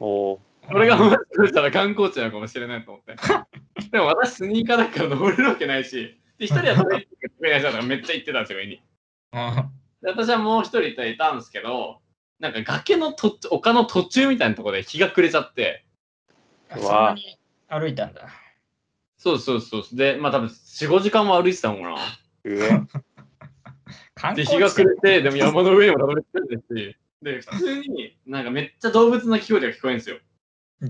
Speaker 1: おー
Speaker 2: それがもしかしたら観光地なのかもしれないと思って。 [LAUGHS] でも私スニーカーだから登れるわけないし、で一人は登れるない人だからめっちゃ行ってたんですよ、上に。
Speaker 3: あ
Speaker 2: で私はもう一人いたいたんですけど、なんか崖のと丘の途中みたいなところで日が暮れちゃって、
Speaker 3: あ。そんなに歩いたんだ。
Speaker 2: そうそうそう。で、まあ多分4、5時間も歩いてたのかな。
Speaker 1: うえ。
Speaker 3: 観
Speaker 2: で、
Speaker 3: 光
Speaker 2: 日が
Speaker 3: 地
Speaker 2: 暮れて、でも山の上にもたどり着いてるし、で、普通になんかめっちゃ動物の声が聞こえるんですよ。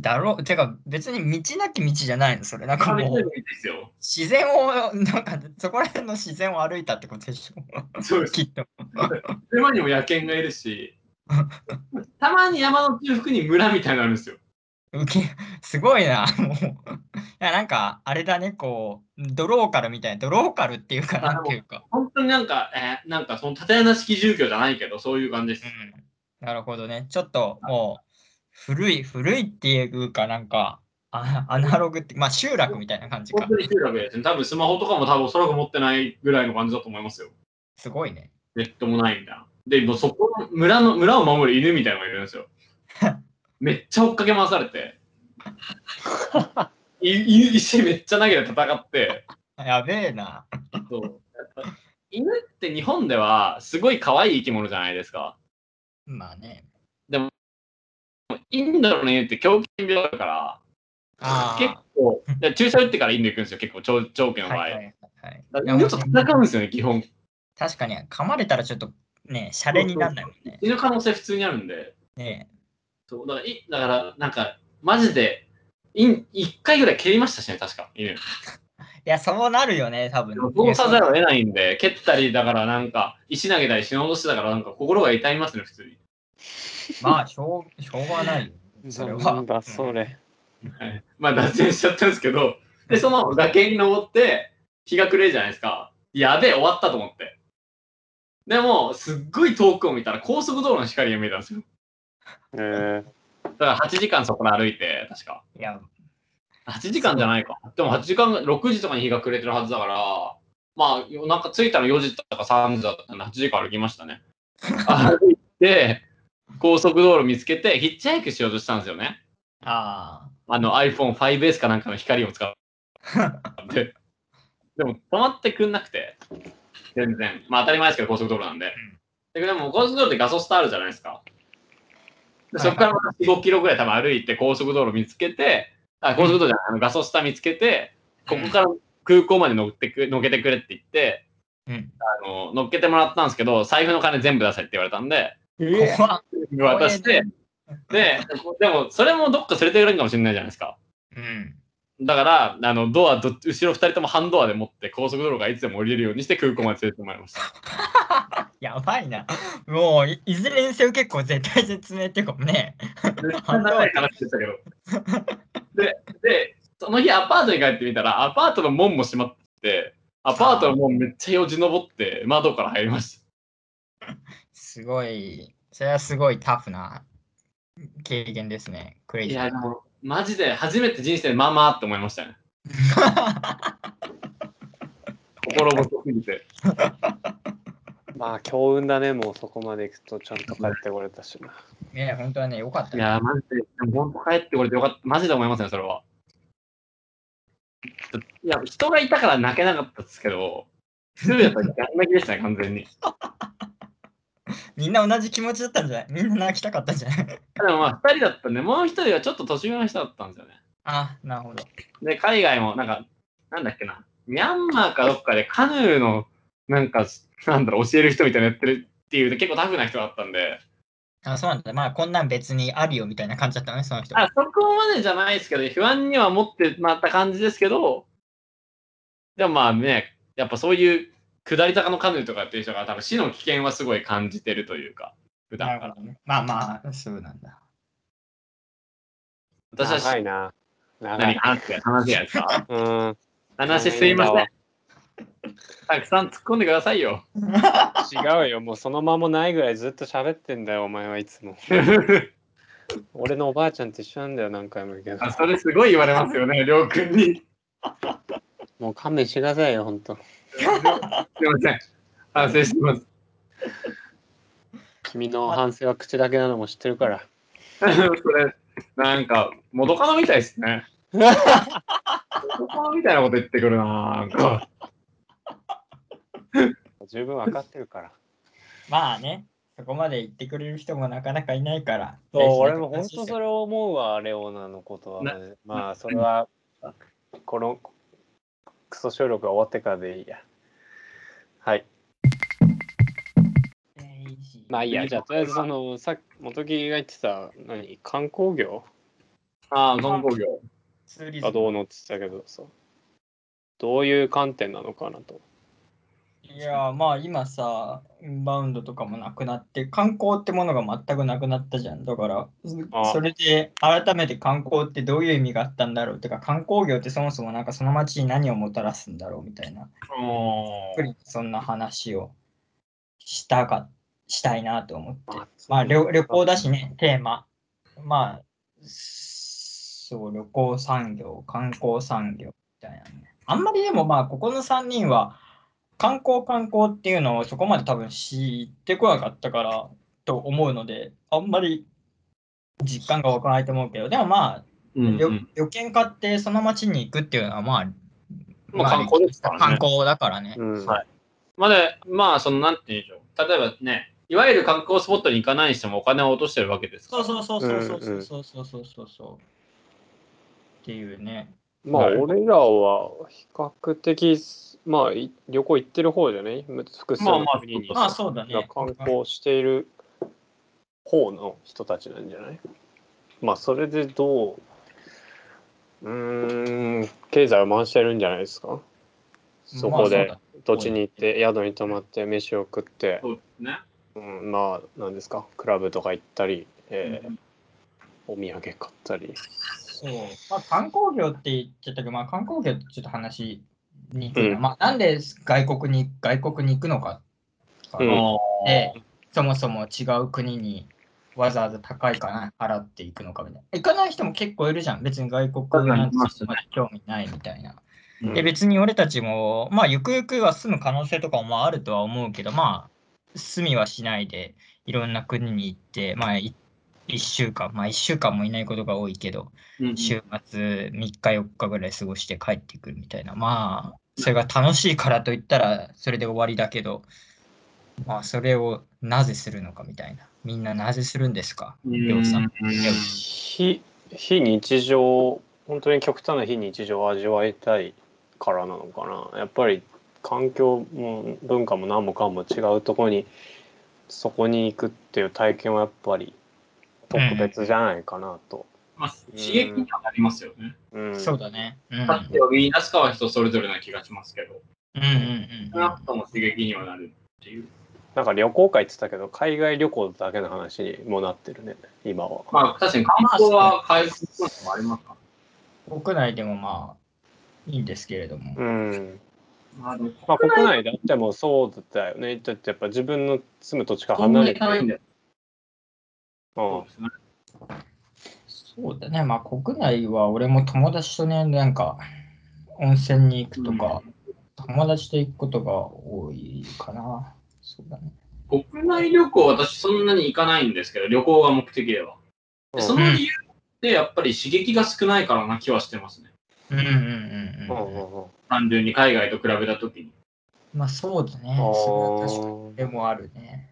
Speaker 3: だろう。てか、別に道なき道じゃないの、それ。なんか
Speaker 2: 壁の
Speaker 3: も
Speaker 2: 上
Speaker 3: う、
Speaker 2: ですよ。
Speaker 3: 自然を、なんか、そこら辺の自然を歩いたってことで
Speaker 2: [LAUGHS]
Speaker 3: しょ。
Speaker 2: そうです。
Speaker 3: きっと。
Speaker 2: 山にも野犬がいるし、たまに山の中腹に村みたいなのあるんですよ。
Speaker 3: うけ [LAUGHS] すごいな、もう。いや、なんか、あれだね、こう、ドローカルみたいな、ドローカルっていうか、
Speaker 2: あ
Speaker 3: なんていうか。
Speaker 2: 本当になんか、えーなんかその縦穴式住居じゃないけど、そういう感じです。
Speaker 3: うん、なるほどね。ちょっと、もう、古い、古いっていうかなんか、あアナログって、まあ、集落みたいな感じ
Speaker 2: 本
Speaker 3: か
Speaker 2: 当。に集落ですね。多分スマホとかも多分おそらく持ってないぐらいの感じだと思いますよ。
Speaker 3: すごいね。
Speaker 2: ネットもないみたいな。で、もうそこの村の、村を守る犬みたいなのがいるんですよ。めっちゃ追っかけ回されて。いい石めっちゃ投げて戦って。
Speaker 3: やべえな。
Speaker 2: そうやっぱ犬って日本ではすごい可愛い生き物じゃないですか。
Speaker 3: まあね。
Speaker 2: インドの犬って狂犬病だから、
Speaker 3: あ
Speaker 2: 結構、で注射打ってからインド行くんですよ、結構、長長距
Speaker 3: あ、
Speaker 2: の場合。
Speaker 3: はいはいはい
Speaker 2: だ
Speaker 3: はい。い
Speaker 2: から
Speaker 3: や
Speaker 2: 犬と
Speaker 3: もうね
Speaker 2: 戦うんですよね、基本。
Speaker 3: 確かに、噛まれたらちょっと、ね、シャレになんないもんね。
Speaker 2: 死ぬ可能性普通にあるんで。 [LAUGHS]
Speaker 3: ね
Speaker 2: そうだから、いだからなんか、マジで、イン1回ぐらい蹴りましたしね、確か、犬。
Speaker 3: いや、そうなるよね、多分
Speaker 2: でも、。そうさざるを得ないんで、蹴ったり、だからなんか、石投げたり、死のうとしてたから、なんか、心が痛みますね、普通に。
Speaker 3: まあ、しょう、しょうがないよ。 [LAUGHS] それは
Speaker 1: なんだそれ。
Speaker 2: はいまあ、脱線しちゃったんですけど、で、その崖に登って、日が暮れるじゃないですか。やべえ、終わったと思って。でも、すっごい遠くを見たら、高速道路の光が見えたんですよ。
Speaker 1: え
Speaker 2: だから8時間そこで歩いて、確か。
Speaker 3: いや、
Speaker 2: 8時間じゃないか。でも8時間、6時とかに日が暮れてるはずだから、まあ、夜中着いたの4時とか3時だったんで、8時間歩きましたね。歩いて、高速道路見つけて、ヒッチハイクしようとしたんですよね。
Speaker 3: あ
Speaker 2: あの iPhone5S かなんかの光を使
Speaker 3: [LAUGHS]
Speaker 2: って。でも止まってくんなくて、全然。まあ当たり前ですけど、高速道路なんで。ででも高速道路ってガソスタあるじゃないですか。で
Speaker 3: はい
Speaker 2: そ
Speaker 3: はい
Speaker 2: こからまた4、5キロぐらい多分歩いて高速道路見つけて、あ高速道路じゃない、あのガソスタ見つけて、ここから空港まで乗ってく乗っけてくれって言って、
Speaker 3: あ、うん。
Speaker 2: あの乗っけてもらったんですけど、財布の金全部出せって言われたんで、
Speaker 1: え
Speaker 3: 怖っ
Speaker 2: 渡して、で、でもそれもどっか連れてくれるかもしれないじゃないですか。
Speaker 3: うん。
Speaker 2: だから、あの、ドアど、後ろ二人とも半ドアで持って、高速道路がいつでも降りれるようにして空港まで連れてってもらいました。
Speaker 3: やばいな。もうい、いずれにせよ結構絶対絶命っていうかもね。半ドア
Speaker 2: 長い話でしたけど。で、で、その日アパートに帰ってみたら、アパートの門も閉まってて、アパートの門めっちゃよじ登って、窓から入りました。
Speaker 3: すごい、それはすごいタフな経験ですね。クレイ
Speaker 2: い
Speaker 3: ジー
Speaker 2: や、
Speaker 3: な。
Speaker 2: でも、マジで初めて人生でまあまあって思いました
Speaker 3: [LAUGHS]
Speaker 2: ね。心細すぎて。
Speaker 1: まあ、強運だね、もうそこまで行くと、ちゃんと帰ってこれたしな。
Speaker 3: ね本当はね、よかった
Speaker 2: い
Speaker 3: ね。
Speaker 2: や、マジで、でも本当帰ってこれてよかった。マジで思いますね、それは。いや、人がいたから泣けなかったですけど、一人だったらガン泣きでしたね、完全に。
Speaker 3: みんな同じ気持ちだったんじゃないみんな泣きたかったんじゃない
Speaker 2: でもまあ、二人だったんで、もう一人はちょっと年上の人だったんですよね。
Speaker 3: [LAUGHS] あ、なるほど。
Speaker 2: で、海外も、なんか、なんだっけな、ミャンマーかどっかでカヌーの、なんか、なんだろう、教える人みたいなのやってるっていう、結構タフな人だったんで、
Speaker 3: あそうなんだ。まあ、こんなん別にあるよみたいな感じだったのね、その人。
Speaker 2: あそこまでじゃないですけど、不安には持ってまった感じですけど、でもまあね、やっぱそういう下り坂のカヌーとかやってる人が、多分死の危険はすごい感じてるというか、普
Speaker 3: な
Speaker 2: 段
Speaker 3: る
Speaker 2: から。
Speaker 3: ほどね。まあまあ、そうなんだ。
Speaker 2: 私は
Speaker 1: 長
Speaker 2: 死
Speaker 1: いな。長
Speaker 2: 何
Speaker 1: い。
Speaker 2: 話すや話すやつか
Speaker 1: うん。
Speaker 2: 話すいませ
Speaker 1: 長
Speaker 2: ん。たくさん突っ込んでくださいよ。
Speaker 1: だわ違うよ、もうその間もないぐらいずっと喋ってんだよ、お前はいつも。俺のおばあちゃんと一緒なんだよ、何回も言うけど。
Speaker 2: あそれすごい言われますよね、りょうくんに。
Speaker 1: もう勘弁してくださいよ、ほんと。
Speaker 2: すいません。反省してます。
Speaker 1: 君の反省は口だけなのも知ってるから。
Speaker 2: [LAUGHS] それ、なんか、元カノみたいですね。元カノみたいなこと言ってくるな。なんか、
Speaker 1: 十分わかってるから。
Speaker 3: まあね、そこまで言ってくれる人もなかなかいないから。
Speaker 1: そう、俺も本当そ
Speaker 3: れ。
Speaker 1: れを思うわ、レオナのことは、
Speaker 2: な
Speaker 1: ね。まあ、それは、このクソ収録が終わってからでいいや。はい。まあいいや、じゃあ、とりあえず、その、さっき、元木が言ってた、何、観光業
Speaker 2: ああ、観光業。
Speaker 3: ツーリズ
Speaker 1: が
Speaker 3: ム
Speaker 1: どうのって言ってたけどさ、どういう観点なのかなと。
Speaker 3: いやーまあ今さインバウンドとかもなくなって観光ってものが全くなくなったじゃんだから
Speaker 1: あ
Speaker 3: それで改めて観光ってどういう意味があったんだろうってか観光業ってそもそもなんかその町に何をもたらすんだろうみたいな
Speaker 2: おー
Speaker 3: そんな話をしたかしたいなと思って
Speaker 1: まあ
Speaker 3: まあ旅旅行だしねテーマまあそう旅行産業観光産業みたいなねあんまりでもまあここの3人は観光観光っていうのをそこまで多分知ってこなかったからと思うのであんまり実感が湧かないと思うけどでもまあ、
Speaker 2: うんうん
Speaker 3: 旅旅券買ってその町に行くっていうのはまあ
Speaker 2: まあ観光ですからね
Speaker 3: まあ観光だからね、
Speaker 1: うん
Speaker 2: はいまあで、まあ、その、なんて言うんでしょう。例えばね、いわゆる観光スポットに行かないにしてもお金を落としてるわけですか
Speaker 3: そう
Speaker 2: ら。
Speaker 3: そうそうそうそうそううんそうそうそうそうそう。っていうね。
Speaker 1: まあ、
Speaker 2: はい
Speaker 1: 俺らは比較的、まあ、い旅行行ってる方じゃない複数
Speaker 2: まあ
Speaker 1: の
Speaker 2: まあ
Speaker 1: 国に。
Speaker 3: まあそうだね。
Speaker 1: 観光している方の人たちなんじゃないまあそれでどううーん経済を回してるんじゃないですかそこで
Speaker 3: まあ
Speaker 1: 土地に行って宿に泊まって飯を食って、
Speaker 2: そうですね。
Speaker 1: うん、まあ何ですかクラブとか行ったり、えーお土産買ったり
Speaker 3: そうだ。そう。まあ観光業って言っちゃったけど、まあ観光業ってちょっと話に、う
Speaker 1: うん
Speaker 3: まあなんで外国に外国に行くのか
Speaker 1: うん
Speaker 2: あー
Speaker 3: で、そもそも違う国にわざわざ高い金払っていくのかみたいな。行かない人も結構いるじゃん。別に外国なん
Speaker 2: 確かに
Speaker 3: て
Speaker 2: いますね
Speaker 3: まあ興味ないみたいな。
Speaker 2: うん
Speaker 3: で別に俺たちも、まあ、ゆくゆくは住む可能性とかもあるとは思うけど、まあ、住みはしないで、いろんな国に行って、まあ、1週間、まあ、1週間もいないことが多いけど、
Speaker 2: うんうん
Speaker 3: 週末3日、4日ぐらい過ごして帰ってくるみたいな、まあ、それが楽しいからといったら、それで終わりだけど、まあ、それをなぜするのかみたいな。みんななぜするんですかりょうさ
Speaker 2: う
Speaker 3: ん
Speaker 2: ん
Speaker 1: 非非日常本当に極端な非日常を味わいたいからなのかなやっぱり環境も文化も何もかも違うところにそこに行くっていう体験はやっぱり特別じゃないかなと、
Speaker 2: まあ、刺激にはなりますよね。
Speaker 1: うん、
Speaker 3: そうだね。うん。うん
Speaker 2: 価値を見出すかは人それぞれな気がしますけど、
Speaker 3: うんうん
Speaker 2: 少なくとも刺激にはなるっていう。
Speaker 1: なんか旅行会って言ったけど海外旅行だけの話にもなってるね今は
Speaker 2: まあ、確かに観光は回復するのもありますか
Speaker 3: うん。国内でもまあ、いいんですけれども。
Speaker 1: うん
Speaker 2: ら。まあ、でも
Speaker 1: まあ国内であってもそうだよねだってやっぱ自分の住む土地から
Speaker 2: そんな
Speaker 1: 離れて
Speaker 2: に行かないんだよ。
Speaker 1: うん
Speaker 2: そうですね
Speaker 3: そうだね。まあ、国内は俺も友達とね、なんか、温泉に行くとか、友達と行くことが多いかな。そうだね。
Speaker 2: 国内旅行、私そんなに行かないんですけど、旅行が目的では。でその理由って、やっぱり刺激が少ないからな気はしてますね。
Speaker 3: うんうん
Speaker 1: う
Speaker 3: うん
Speaker 1: う
Speaker 3: んうん。
Speaker 1: んうん
Speaker 2: 単純に海外と比べたときに。
Speaker 3: まあ、そうだね。それは確かに。
Speaker 1: あ
Speaker 3: でもあるね。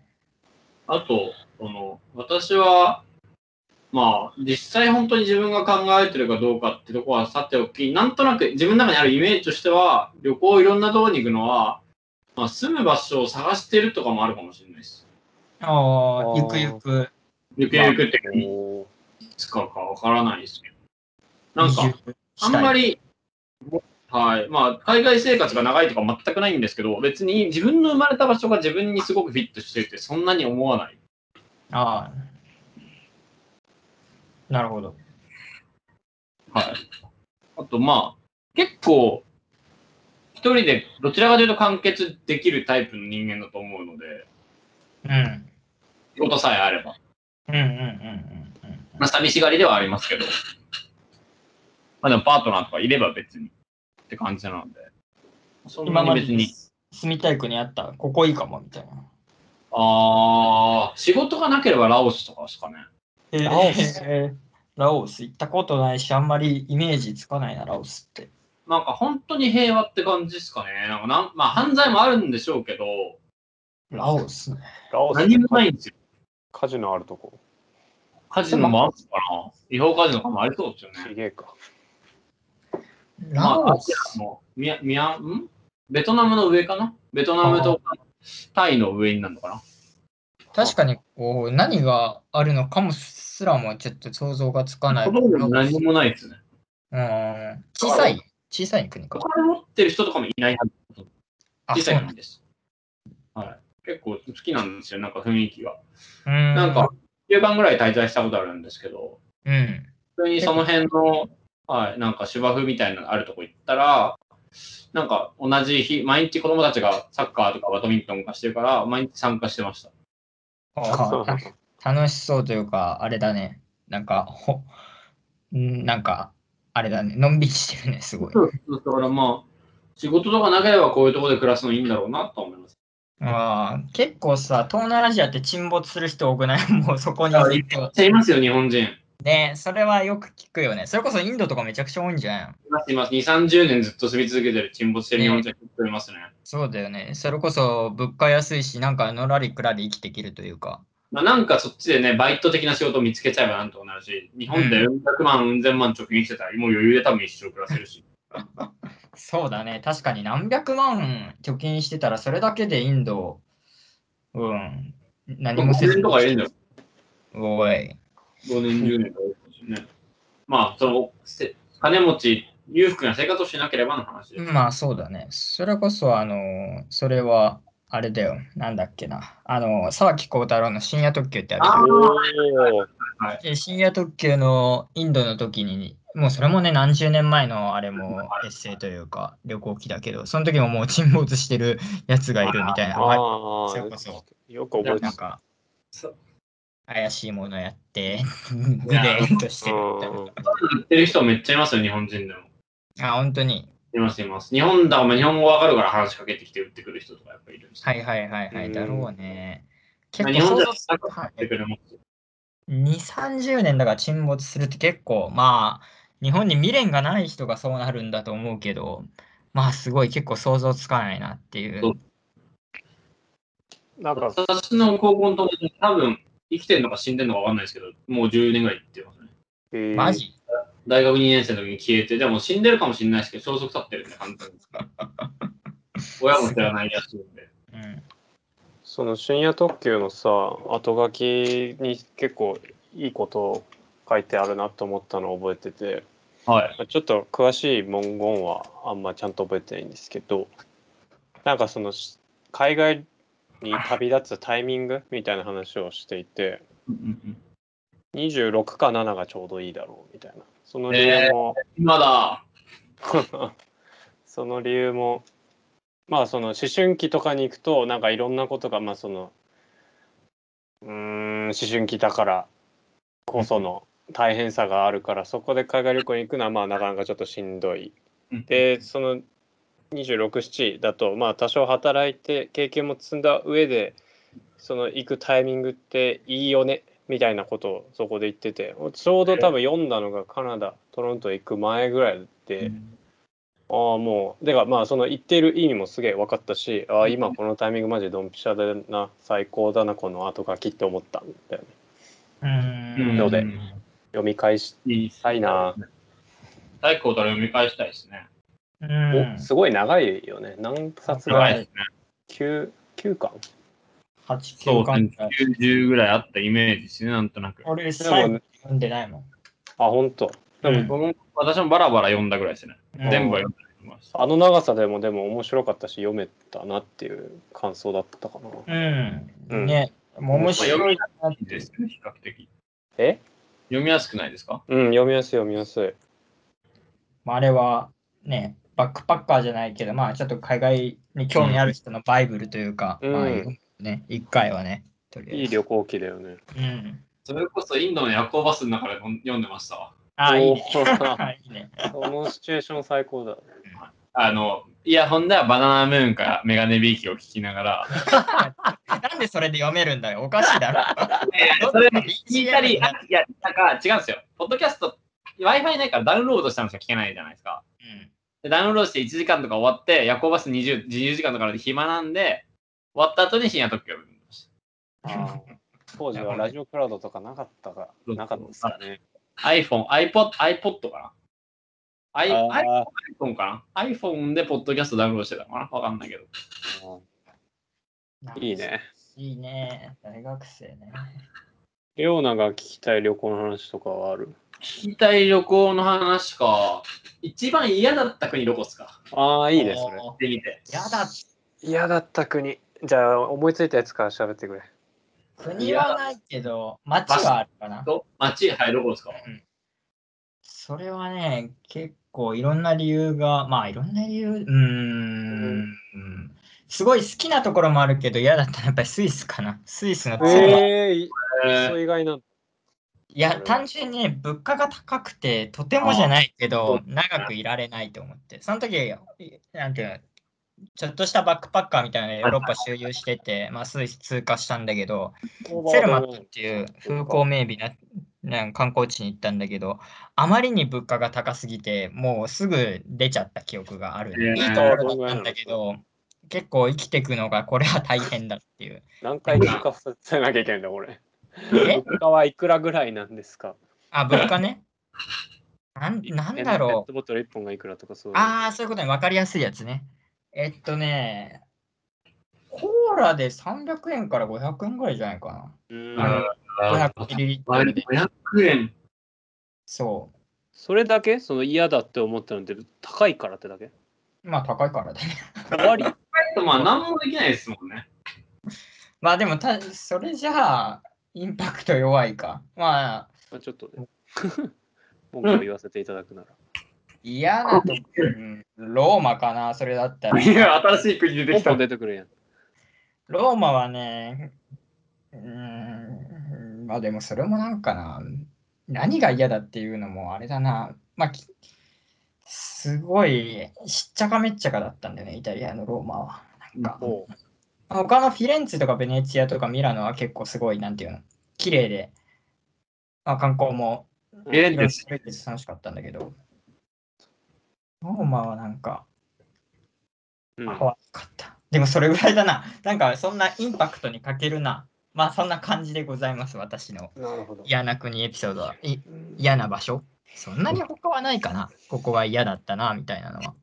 Speaker 2: あと、その、私は、まあ、実際本当に自分が考えてるかどうかってとこはさておき、なんとなく自分の中にあるイメージとしては、旅行いろんなところに行くのは、まあ、住む場所を探してるとかもあるかもしれないです。
Speaker 3: あ
Speaker 1: あ
Speaker 3: あ、
Speaker 1: ー
Speaker 3: ゆくゆく。
Speaker 2: ゆくゆくって
Speaker 1: ー
Speaker 2: い
Speaker 1: おー
Speaker 2: つかかわからないですけど。なんか、あんま
Speaker 3: り。
Speaker 2: り、はい。まあ、海外生活が長いとか全くないんですけど、別に自分の生まれた場所が自分にすごくフィットしてて、そんなに思わない。
Speaker 3: ああ。なるほど。
Speaker 2: はい。あと、まあ、結構、一人でどちらかというと完結できるタイプの人間だと思うので、
Speaker 3: うん。うん
Speaker 2: 仕事さえあれば。
Speaker 3: うんうんうんうん。
Speaker 2: まあ、寂しがりではありますけど。まあ、でもパートナーとかいれば別にって感じなので。そんな
Speaker 3: 今
Speaker 2: に
Speaker 3: まで
Speaker 2: 別に。
Speaker 3: 住みたい国あった、ここいいかもみたいな。
Speaker 2: ああ、仕事がなければラオスとかですかね。
Speaker 1: ラオス
Speaker 3: えーラオス行ったことないし、あんまりイメージつかないな、ラオスって。
Speaker 2: なんか本当に平和って感じですかね。なんかなんまあ犯罪もあるんでしょうけど、
Speaker 3: ラオスね。
Speaker 1: ラオス
Speaker 2: 何もないんですよ。
Speaker 1: カジノあるとこ
Speaker 2: カジノもあるのかな違法カジノとかもありそうですよ
Speaker 1: す
Speaker 2: ね。
Speaker 1: げえか
Speaker 3: ラ
Speaker 2: まあ、ア
Speaker 3: オ
Speaker 2: ジ
Speaker 3: ス。
Speaker 2: アのミャミャン、んベトナムの上かなベトナムとかタイの上になるのかな
Speaker 3: 確かにこう、何があるのかもすらもちょっと想像がつかない。
Speaker 2: ほとんど何
Speaker 3: う
Speaker 2: もないですね。
Speaker 3: ん小さい、小さい国か
Speaker 2: お。金持ってる人とかもいないはず
Speaker 3: あ、
Speaker 2: 小
Speaker 3: そ
Speaker 2: さ
Speaker 3: う
Speaker 2: い
Speaker 3: なんだ
Speaker 2: 国です。はい。結構好きなんですよ、なんか雰囲気が。
Speaker 3: な
Speaker 2: なんか、1週間ぐらい滞在したことあるんですけど、
Speaker 3: うん。
Speaker 2: 普通にその辺の、はい、なんか芝生みたいなのあるとこ行ったら、なんか同じ日、毎日子供たちがサッカーとかバドミントン化してるから、毎日参加してました。
Speaker 1: そう
Speaker 3: あ楽しそうというか、あれだね。なんか、ほ、んなんか、あれだね。のんびりしてるね、すごい。
Speaker 2: だからまあ、仕事とかなければこういうとこで暮らすのいいんだろうなと思います。
Speaker 3: あー結構さ、東南アジアって沈没する人多くない [LAUGHS] もうそこに
Speaker 2: あ
Speaker 3: ずっと。
Speaker 2: いますよ、日本人。い
Speaker 3: ね、それはよく聞くよね。それこそインドとかめちゃくちゃ多いんじゃん。
Speaker 2: ます、います。2、30年ずっと住み続けてる沈没してる日本人結構いますね。
Speaker 3: そうだよね。それこそ物価安いし、なんかのらりくらり生きていけるというか。
Speaker 2: まあ、なんかそっちでね、バイト的な仕事を見つけちゃえばなんとかなるし、日本でうん百万、うん千万貯金してたら、もう余裕で多分一生暮らせるし。
Speaker 3: そうだね。確かに何百万貯金してたら、それだけでインド、うん、何もせ
Speaker 2: 5
Speaker 3: ず
Speaker 2: 年とかいるんだよ
Speaker 3: おい。
Speaker 2: 5年、10年とかですね。まあ、その、せ金持ち、裕福な生活をしなければの話です。
Speaker 3: まあそうだね。それこそ、あの、それは、あれだよ。なんだっけな。あの、沢木幸太郎の深夜特急ってあるじゃん
Speaker 2: あー
Speaker 1: おー
Speaker 3: で深夜特急のインドの時に、もうそれもね、何十年前のあれもエッセイというか、旅行記だけど、その時ももう沈没してるやつがいるみたいな。は
Speaker 1: ああ
Speaker 3: それこそ
Speaker 1: よく覚え
Speaker 3: い
Speaker 1: て
Speaker 3: なん
Speaker 1: る
Speaker 3: か
Speaker 2: そう、
Speaker 3: 怪しいものやって、ぐでんとしてるみたい
Speaker 2: 言ってる人めっちゃいますよ、日本人でも。
Speaker 3: な。あ、本当に。
Speaker 2: います、います。日本だ、まあ日本語わかるから話しかけてきて打ってくる人とかやっぱいるんですよ。
Speaker 3: はいはいはいは
Speaker 1: う
Speaker 3: い。
Speaker 1: ん
Speaker 3: だろうね。
Speaker 2: ま
Speaker 3: 結
Speaker 2: あ
Speaker 3: 構
Speaker 2: 日本
Speaker 3: 想
Speaker 2: じゃ
Speaker 3: 像つ
Speaker 2: なく
Speaker 3: は
Speaker 2: て
Speaker 3: い
Speaker 2: くれますよ。
Speaker 3: 2、30年だから沈没するって結構、まあ、日本に未練がない人がそうなるんだと思うけど、まあ、すごい結構想像つかないなってい
Speaker 2: そう
Speaker 3: う。
Speaker 1: うんなんか
Speaker 2: 私の高校の友達、多分、生きてるのか死んでるのかわかんないですけど、もう10年ぐらい行ってますね。
Speaker 1: えー
Speaker 3: マジ
Speaker 2: 大学2年生の時に消えて、でも死んでるかもしれないですけど、消息立ってるんで、簡単に。親も知らないやつなんで。
Speaker 3: うん。
Speaker 1: その深夜特急のさ後書きに結構いいこと書いてあるなと思ったのを覚えてて、
Speaker 2: はい。
Speaker 1: まあちょっと詳しい文言はあんまちゃんと覚えてないんですけど、なんかそのし海外に旅立つタイミングみたいな話をしていて、26か7がちょうどいいだろうみたいな。その理由も、
Speaker 2: 今だ。
Speaker 1: [LAUGHS] その理由も、まあその思春期とかに行くと、なんかいろんなことが、まあその、うーん、思春期だからこその大変さがあるから、そこで海外旅行に行くのは、まあなかなかちょっとしんどい。で、その26、7だと、まあ多少働いて経験も積んだ上で、その行くタイミングっていいよねみたいなことをそこで言ってて、ちょうど多分読んだのがカナダ、トロント行く前ぐらいで、ああもう、でかまあその言っている意味もすげえ分かったし、ああ今このタイミングマジドンピシャだな、最高だな、この後書きって思ったんだよね。
Speaker 3: うーん。
Speaker 1: ので読み返し
Speaker 2: いいっす
Speaker 1: たいな。
Speaker 2: 最高から読み返したいですね。
Speaker 3: うん
Speaker 1: おすごい長いよね。何冊ぐら
Speaker 2: 長い
Speaker 1: い
Speaker 2: ですね。
Speaker 1: ?9、9巻
Speaker 3: 八
Speaker 2: そ
Speaker 3: 九
Speaker 2: う、
Speaker 3: 巻ぐらい。
Speaker 2: 90ぐらいあったイメージですね、なんとなく。
Speaker 3: 俺、最後読んでないもん。
Speaker 1: あ、ほんと。でも、
Speaker 3: うん
Speaker 2: 僕も私もバラバラ読んだぐらいですね。
Speaker 3: うん
Speaker 2: 全部は読んだと思います。
Speaker 1: あの長さでもでも面白かったし、読めたなっていう感想だったかな。
Speaker 3: う
Speaker 1: うん
Speaker 3: ん。ね、もう面白いなっ
Speaker 2: いい
Speaker 3: て
Speaker 2: ですね、比較的。
Speaker 1: え
Speaker 2: 読みやすくないですか
Speaker 1: うん、読みやすい読みやすい。
Speaker 3: まあ、あれはね、バックパッカーじゃないけど、まあちょっと海外に興味ある人のバイブルというか、
Speaker 1: うん
Speaker 3: まあね、一回はね、とりあえず。
Speaker 1: いい旅行記だよね。
Speaker 3: うん。
Speaker 2: それこそインドの夜行バスの中でも読んでましたわ。
Speaker 3: あ、いい
Speaker 1: お
Speaker 3: ね。
Speaker 1: ー
Speaker 3: [LAUGHS] いいね。
Speaker 1: そのシチュエーション最高だ。
Speaker 2: あの、イヤホンではバナナムーンからメガネビーキを聞きながら、
Speaker 3: なんでそれで読めるんだよ。おかしいだ
Speaker 1: [LAUGHS]
Speaker 3: ろ。
Speaker 2: それ聞いたり、あいや、なんか違うんですよ。ポッドキャスト、Wi-Fi ないからダウンロードしたのしか聞けないじゃないですか。
Speaker 3: うん
Speaker 2: でダウンロードして1時間とか終わって、夜行バス20 20時間とかで暇なんで、終わった後に深夜特許を読みました。
Speaker 1: あー当時はラジオクラウドとかなかったか、
Speaker 2: そう
Speaker 1: なかったですかね。
Speaker 2: iPhone、iPod、iPod かな I-
Speaker 1: あ
Speaker 2: ?iPhone かな ?iPhone でポッドキャストダウンロードしてたのかなわかんないけど。
Speaker 1: ーいい。ね。
Speaker 3: いいね。大学生ね。
Speaker 1: レオナが聞きたい旅行の話とかはある
Speaker 2: 聞きたい旅行の話か。一番嫌だった国どこっすか
Speaker 1: ああ、いいね、
Speaker 3: お
Speaker 1: それ。
Speaker 2: 行ってみて。
Speaker 3: やだ。
Speaker 1: 嫌だった国。じゃあ、思いついたやつから喋ってくれ。
Speaker 3: 国はないけど、街はあるかな。
Speaker 2: と街へ入るどこですか
Speaker 3: それはね、結構いろんな理由が、まあいろんな理由、うーん、すごい好きなところもあるけど、嫌だったらやっぱりスイスかな。スイスのツアーは。
Speaker 1: ええー、そう意外な。
Speaker 3: いや、単純にね、物価が高くて、とてもじゃないけど、長くいられないと思って。その時、なんていうの、ちょっとしたバックパッカーみたいなのでヨーロッパ周遊してて、まあスイス通過したんだけど、セルマットっていう風光明媚ななん観光地に行ったんだけど、あまりに物価が高すぎて、もうすぐ出ちゃった記憶がある。
Speaker 2: えー
Speaker 3: いいところだったんだけど、結構生きていくのがこれは大変だっていう。
Speaker 1: 何回通過させなきゃいけないんだ、これ。
Speaker 3: え
Speaker 1: 物価はいくらぐらいなんですか
Speaker 3: あ、物価ね。なんなんだ
Speaker 1: ペ
Speaker 3: ろ
Speaker 1: ッ
Speaker 3: う。
Speaker 1: トボトル1本がいくらとかそういう。
Speaker 3: ああ、そういうことね。分かりやすいやつね。えっとね、コーラで300円から500円ぐらいじゃないか
Speaker 1: う
Speaker 2: あ
Speaker 1: ん
Speaker 2: の
Speaker 3: な。500ミリリットルで。
Speaker 2: 500円。
Speaker 3: そ
Speaker 1: それだけその嫌だって思ったのって高いからってだけ
Speaker 3: う。まあ高いからだね。
Speaker 1: 終わり
Speaker 2: まあ、何もできないですもんね。
Speaker 3: まあでもた、それじゃあ、インパクト弱いか。まあ、
Speaker 1: まあ、ちょっとね。 [LAUGHS] 文句を言わせていただくなら。
Speaker 3: 嫌なとこ、うんローマかな、それだったら。
Speaker 2: いや、新しい国出て
Speaker 1: 1
Speaker 2: きた
Speaker 1: 本。出てくるやん。
Speaker 3: ローマはね、うーん、まあでもそれもなんかな、何が嫌だっていうのもあれだな、まあ、きすごい、しっちゃかめっちゃかだったんだよね、イタリアのローマは。なんか、
Speaker 1: おう
Speaker 3: 他のフィレンツェとかベネチアとかミラノは結構すごい、なんていうの、綺麗で、まあ、観光も
Speaker 2: フィレンツェ
Speaker 3: いろいろ楽しかったんだけど、ノーマはなんか、
Speaker 1: うん
Speaker 3: 可愛かった。でもそれぐらいだな。なんかそんなインパクトに欠けるな。まあそんな感じでございます、私の
Speaker 1: なるほど。
Speaker 3: 嫌な国エピソードは。い嫌な場所そんなに他はないかな。ここは嫌だったな、みたいなのは。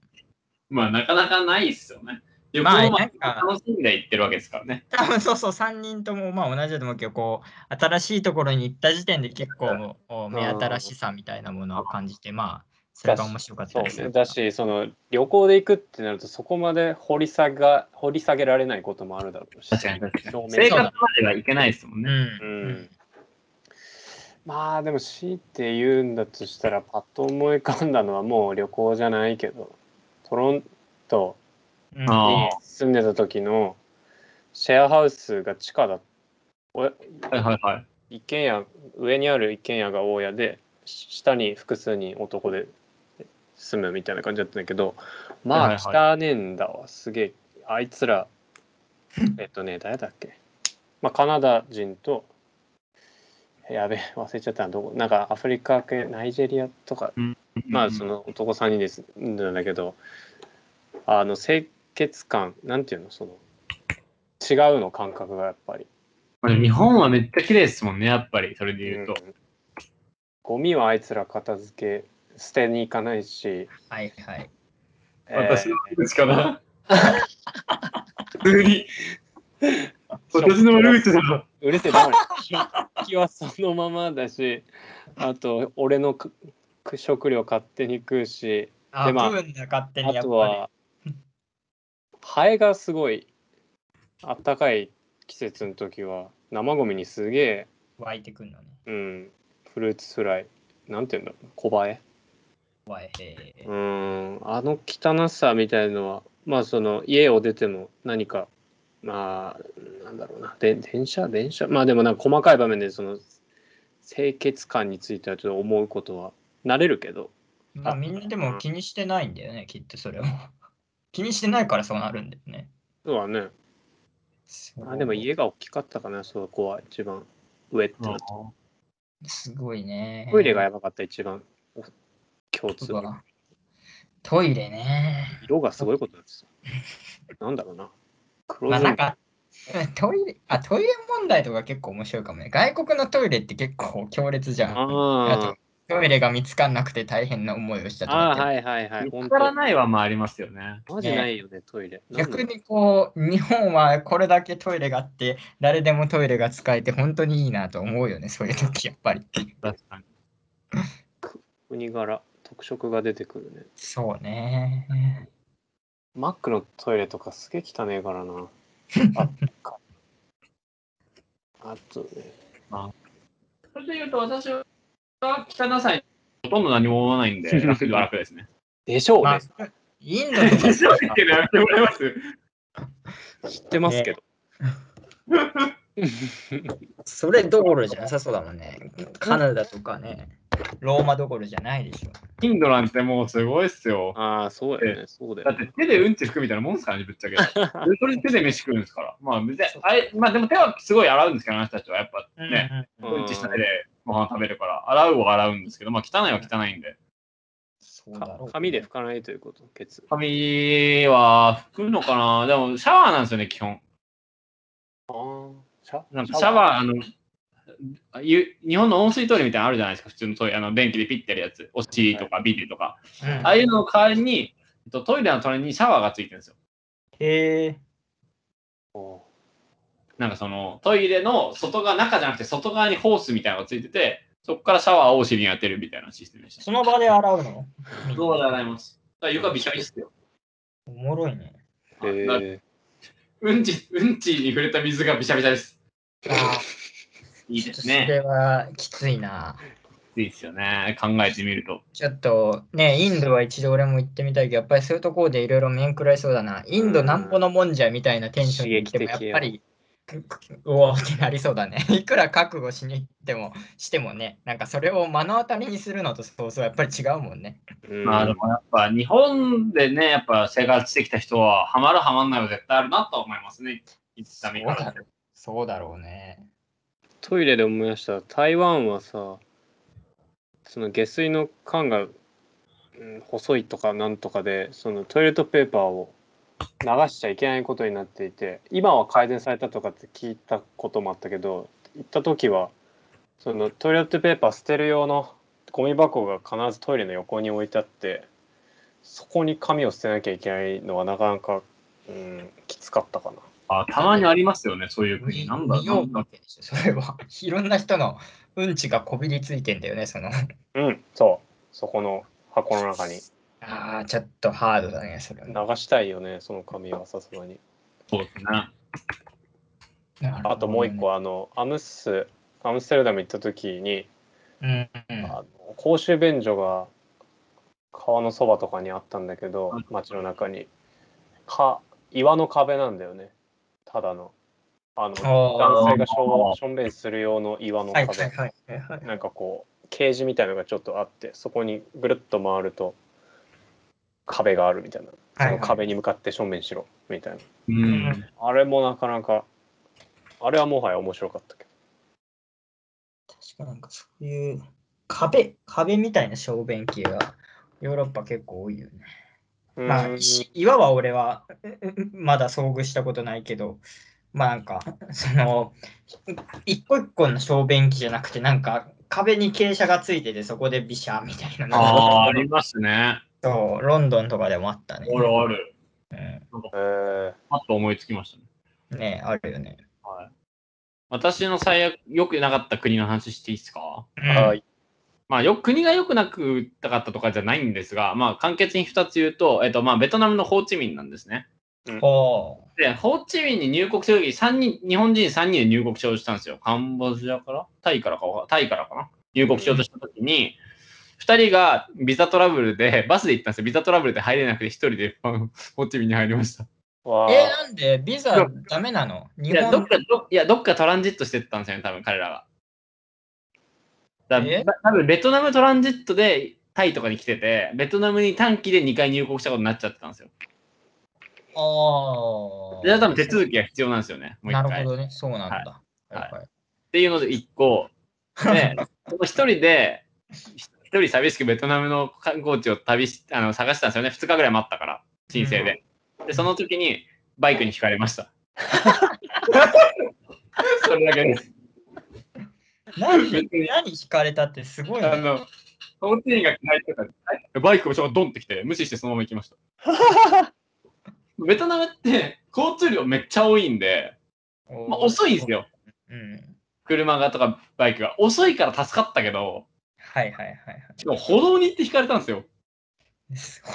Speaker 2: まあ、なかなかないっすよね。旅
Speaker 3: まあ
Speaker 2: 行を
Speaker 3: なんか
Speaker 2: 楽しんで行ってるわけですからね。
Speaker 3: 多分そうそう、3人ともまあ同じだと思うけど、こう、新しいところに行った時点で結構もうもう目新しさみたいなものを感じて、まあ、それが面白かった
Speaker 1: そう
Speaker 3: りす
Speaker 1: ね
Speaker 3: る。
Speaker 1: だしその旅行で行くってなるとそこまで掘り下が掘り下げられないこともあるだろうし
Speaker 2: 確かに確かに。
Speaker 1: 表
Speaker 2: 生
Speaker 1: 面
Speaker 2: 活まではいけないですもん
Speaker 3: う
Speaker 2: ね。
Speaker 3: ん。
Speaker 1: うんまあでも強いて言うんだとしたらパッと思い浮かんだのはもう旅行じゃないけどトロント
Speaker 3: うん
Speaker 2: あ
Speaker 1: に住んでた時のシェアハウスが地下だ
Speaker 2: はいはいはい。
Speaker 1: 一軒家上にある一軒家が大家でし下に複数人男で住むみたいな感じだったんだけどま
Speaker 2: はい
Speaker 1: あ汚ねえんだわすげえあいつらえっとね誰だっけまあカナダ人とやべえ忘れちゃったなどこなんかアフリカ系ナイジェリアとかまあその男3人ですなんだけどあの清潔感なんていうのその違うの感覚がやっぱり。
Speaker 2: まあ日本はめっちゃ綺麗ですもんね、やっぱり、それで言うと。
Speaker 1: んゴミはあいつら片付け捨てに行かないし、
Speaker 3: はいはい。
Speaker 2: 私
Speaker 1: え
Speaker 2: の悪口かな。普通に。私の悪口だな。
Speaker 1: ーうるせえ黙れ食器はそのままだしあと俺のく食料勝手に食うし
Speaker 3: あ、
Speaker 1: でまあ
Speaker 3: 食うんだ、勝手にや
Speaker 1: あ
Speaker 3: っ
Speaker 1: と
Speaker 3: ぱ
Speaker 1: はハエがすごいあったかい季節の時は生ゴミにすげ
Speaker 3: り湧いてくるのね。
Speaker 1: え、うん、フルーツフライなんていうんだろう小映え
Speaker 3: わいへ
Speaker 1: うーんあの汚さみたいのはまあその家を出ても何かまあなんだろうなで電車電車まあでもなんか細かい場面でその清潔感についてはちょっと思うことは慣れるけど
Speaker 3: まあみんなでも気にしてないんだよね、きっとそれを。 [LAUGHS] 気にしてないからそうなるんだよね。
Speaker 1: そうはね
Speaker 3: そう
Speaker 1: あでも家が大きかったかなそこは一番上ってなって
Speaker 3: すごいね。
Speaker 1: トイレがやばかった一番共通
Speaker 3: うわトイレね。
Speaker 1: 色がすごいことなんですよなんだろうな黒
Speaker 3: まあ
Speaker 1: ず
Speaker 3: なんんか、トイレ、あ、トイレ問題とか結構面白いかもね。外国のトイレって結構強烈じゃん。あ
Speaker 1: あ
Speaker 3: と、トイレが見つかんなくて大変な思いをした
Speaker 1: ー
Speaker 3: とか
Speaker 1: あ
Speaker 3: って
Speaker 1: ーはいはいはい
Speaker 2: 見
Speaker 1: 本
Speaker 2: つから
Speaker 1: 当
Speaker 2: ないはまあありますよね。
Speaker 1: マジないよねトイレなんだ
Speaker 3: 逆にこう、日本はこれだけトイレがあって、誰でもトイレが使えて本当にいいなと思うよね、そういう時やっぱり。
Speaker 2: 確かに。
Speaker 1: 国柄特色が出てくるね
Speaker 3: そうね。
Speaker 1: マックのトイレとかすげえ汚ねえから
Speaker 2: [LAUGHS]
Speaker 1: なああとね
Speaker 2: それで言うと、私は汚さにほとんど何も思わないんで、楽は楽です [LAUGHS] ね。
Speaker 1: でしょう
Speaker 3: ま
Speaker 1: ね
Speaker 3: あ、インドとか
Speaker 2: 私 [LAUGHS] は言ってるのやめてもらいます。
Speaker 1: 知ってますけど、
Speaker 3: それどころじゃなさそうだもんね。カナダとかね、ローマどころじゃないでしょ。
Speaker 2: インドなんてもうすごいっすよ。
Speaker 1: ああそうやねそうだ
Speaker 2: だ
Speaker 1: よ
Speaker 2: って
Speaker 1: ね
Speaker 2: 手でうんち拭くみたいなもんですからね、ぶっ [LAUGHS] ちゃけ。でそれで手で飯食うんですから。まあ、別にあれまあ、でも手はすごい洗うんですけど、あの人たちはやっぱね、
Speaker 1: う
Speaker 2: うんんちしないでご飯食べるから、洗うは洗うんですけど、まあ汚いは汚いんで。
Speaker 3: そうだ
Speaker 1: か
Speaker 3: ろう
Speaker 1: 紙で拭かないということケツ
Speaker 2: 髪は拭くのかなでもシャワーなんですよね、基本。
Speaker 1: あーシ
Speaker 2: なん
Speaker 1: ャ
Speaker 2: かシャワー、あの、ゆ日本の温水トイレみたいなのあるじゃないですか、普通のトイレ、あの電気でピッてやるやつ、お尻とかビデとか、
Speaker 3: うん
Speaker 2: ああいうのの代わりに、えっとトイレの隣にシャワーがついてるんですよ。
Speaker 3: へえ。
Speaker 1: ー
Speaker 2: なんかそのトイレの外側、中じゃなくて外側にホースみたいなのがついてて、そこからシャワーをお尻に当てるみたいなシステムでした。
Speaker 3: その場で洗うの
Speaker 2: どうで洗います。だから床びしゃびしゃですよ。
Speaker 3: おもろいね。
Speaker 2: だから
Speaker 1: え
Speaker 2: うんち、うんちに触れた水がびしゃびしゃです。いい
Speaker 3: ち
Speaker 2: で
Speaker 3: ょっと
Speaker 2: す
Speaker 3: そ
Speaker 2: ね。
Speaker 3: れはきついな。
Speaker 2: いいですよね。考えてみると。
Speaker 3: ちょっとね、インドは一度俺も行ってみたいけど、やっぱりそういうところでいろいろ面食らいそうだな。インドなんぼのもんじゃみたいなテンションで行っても、やっ
Speaker 1: 刺激的よ
Speaker 3: ぱり、くくうおーってなりそうだね。 [LAUGHS] いくら覚悟しに行っても、してもね、なんかそれを目の当たりにするのとそうそうやっぱり違うもんね。
Speaker 1: ー
Speaker 2: まあ
Speaker 1: う
Speaker 2: で
Speaker 1: ん
Speaker 2: もやっぱ日本でね、やっぱ生活してきた人は、ハマるハマんないは絶対あるなと思いますね。いつだめか
Speaker 3: そ
Speaker 2: ら
Speaker 3: うだ。ろうそうだろうね。
Speaker 1: トイレで思い出した台湾はさその下水の管が、うん細いとかなんとかでそのトイレットペーパーを流しちゃいけないことになっていて今は改善されたとかって聞いたこともあったけど行った時はそのトイレットペーパー捨てる用のゴミ箱が必ずトイレの横に置いてあってそこに紙を捨てなきゃいけないのはなかなかうん、きつかったかな。
Speaker 2: あ、たまにありますよね、そういう国。なんだ、
Speaker 3: 見
Speaker 2: な
Speaker 3: ようん
Speaker 2: だ
Speaker 3: わ。けでしょ、それは。いろんな人のうんちがこびりついてんだよね、その。
Speaker 1: うん、そう。そこの箱の中に
Speaker 3: ああ、ちょっとハードだね、それは
Speaker 1: 流。したいよね、その紙はさすがに。
Speaker 2: そうですね。
Speaker 3: なるほどね
Speaker 1: あともう一。個、あの、アムス、アムステルダム行った時に、
Speaker 3: うん、うん。
Speaker 1: あの公衆便所が川のそばとかにあったんだけど
Speaker 2: うん、
Speaker 1: 街の中に。か、岩の壁なんだよね。ただの。あの、
Speaker 3: あ
Speaker 1: 男性がしょしょんべんする用の岩の
Speaker 3: はい
Speaker 1: 壁。
Speaker 3: はいはいはいはい。
Speaker 1: なんかこうケージみたいなのがちょっとあってそこにぐるっと回ると壁があるみたいな、
Speaker 3: はいはい
Speaker 1: その壁に向かって正面しろみたいな
Speaker 2: う
Speaker 3: うんん。
Speaker 1: あれもなかなかあれはもはや面白かったけ
Speaker 3: 確かなんかそういう壁、壁みたいな小便器がヨーロッパ結構多いよね。
Speaker 1: ど
Speaker 3: ま
Speaker 1: う
Speaker 3: あ、
Speaker 1: ん
Speaker 3: し岩は俺はううまだ遭遇したことないけど、まあなんか、 [LAUGHS] その、一個一個の小便器じゃなくて、なんか壁に傾斜がついてて、そこでビシャーみたいな
Speaker 2: あ
Speaker 3: の
Speaker 2: あ、ありますね。
Speaker 3: そう、ロンドンとかでもあったね。
Speaker 2: あるある。
Speaker 1: えー
Speaker 2: パッと思いつきましたね。
Speaker 3: ねあるよね。
Speaker 2: はい。私の最悪、良くなかった国の話していいですか
Speaker 1: あ
Speaker 3: い。
Speaker 1: い
Speaker 2: まあ、よ国が良くなくなかったとかじゃないんですが、まあ、簡潔に2つ言うと、えっと、まあ、ベトナムのホーチミンなんですね。
Speaker 3: おー
Speaker 2: で、ホーチミンに入国するとき、三人、日本人3人で入国しようとしたんですよ。カンボジアからタイからかわ、タイからかな入国しようとしたときに、2人がビザトラブルで、バスで行ったんですよ。ビザトラブルで入れなくて、1人であのホーチミンに入りました。
Speaker 1: わ
Speaker 3: えー、なんでビザダメなの
Speaker 2: い
Speaker 3: 日
Speaker 2: や、どっ
Speaker 3: 本
Speaker 2: か、どいや、どっかトランジットしてったんですよね、多分彼らが。だ
Speaker 3: え
Speaker 2: だ多分ベトナムトランジットでタイとかに来てて、ベトナムに短期で2回入国したことになっちゃってたんですよ。
Speaker 3: あ
Speaker 2: で、多分手続きが必要なんですよね、もう
Speaker 3: な
Speaker 2: 1
Speaker 3: る
Speaker 2: 回。
Speaker 3: ほ
Speaker 2: っ
Speaker 3: どね、そうなんだ。
Speaker 2: はい
Speaker 3: はいはい
Speaker 2: ていうので1個。
Speaker 3: [LAUGHS]
Speaker 2: で、その1人で、1人寂しくベトナムの観光地を旅しあの探したんですよね、2日ぐらい待ったから、申請で。で、その時にバイクにひかれま
Speaker 3: [LAUGHS]
Speaker 2: した。それだけです。
Speaker 3: 何
Speaker 2: 別に
Speaker 3: 何惹かれたってすごい
Speaker 2: あ
Speaker 3: ね。
Speaker 2: の、ホーチミンが嫌いとか、バイクをちょっとドンってきて、無視してそのまま行きました。ベトナムって交通量めっちゃ多いんで、まあ、遅いんですよ。
Speaker 3: うん。
Speaker 2: 車がとかバイクが。遅いから助かったけど、
Speaker 3: はいはいはいは
Speaker 2: しかも歩道に行って引かれたんですよ。
Speaker 3: い。すご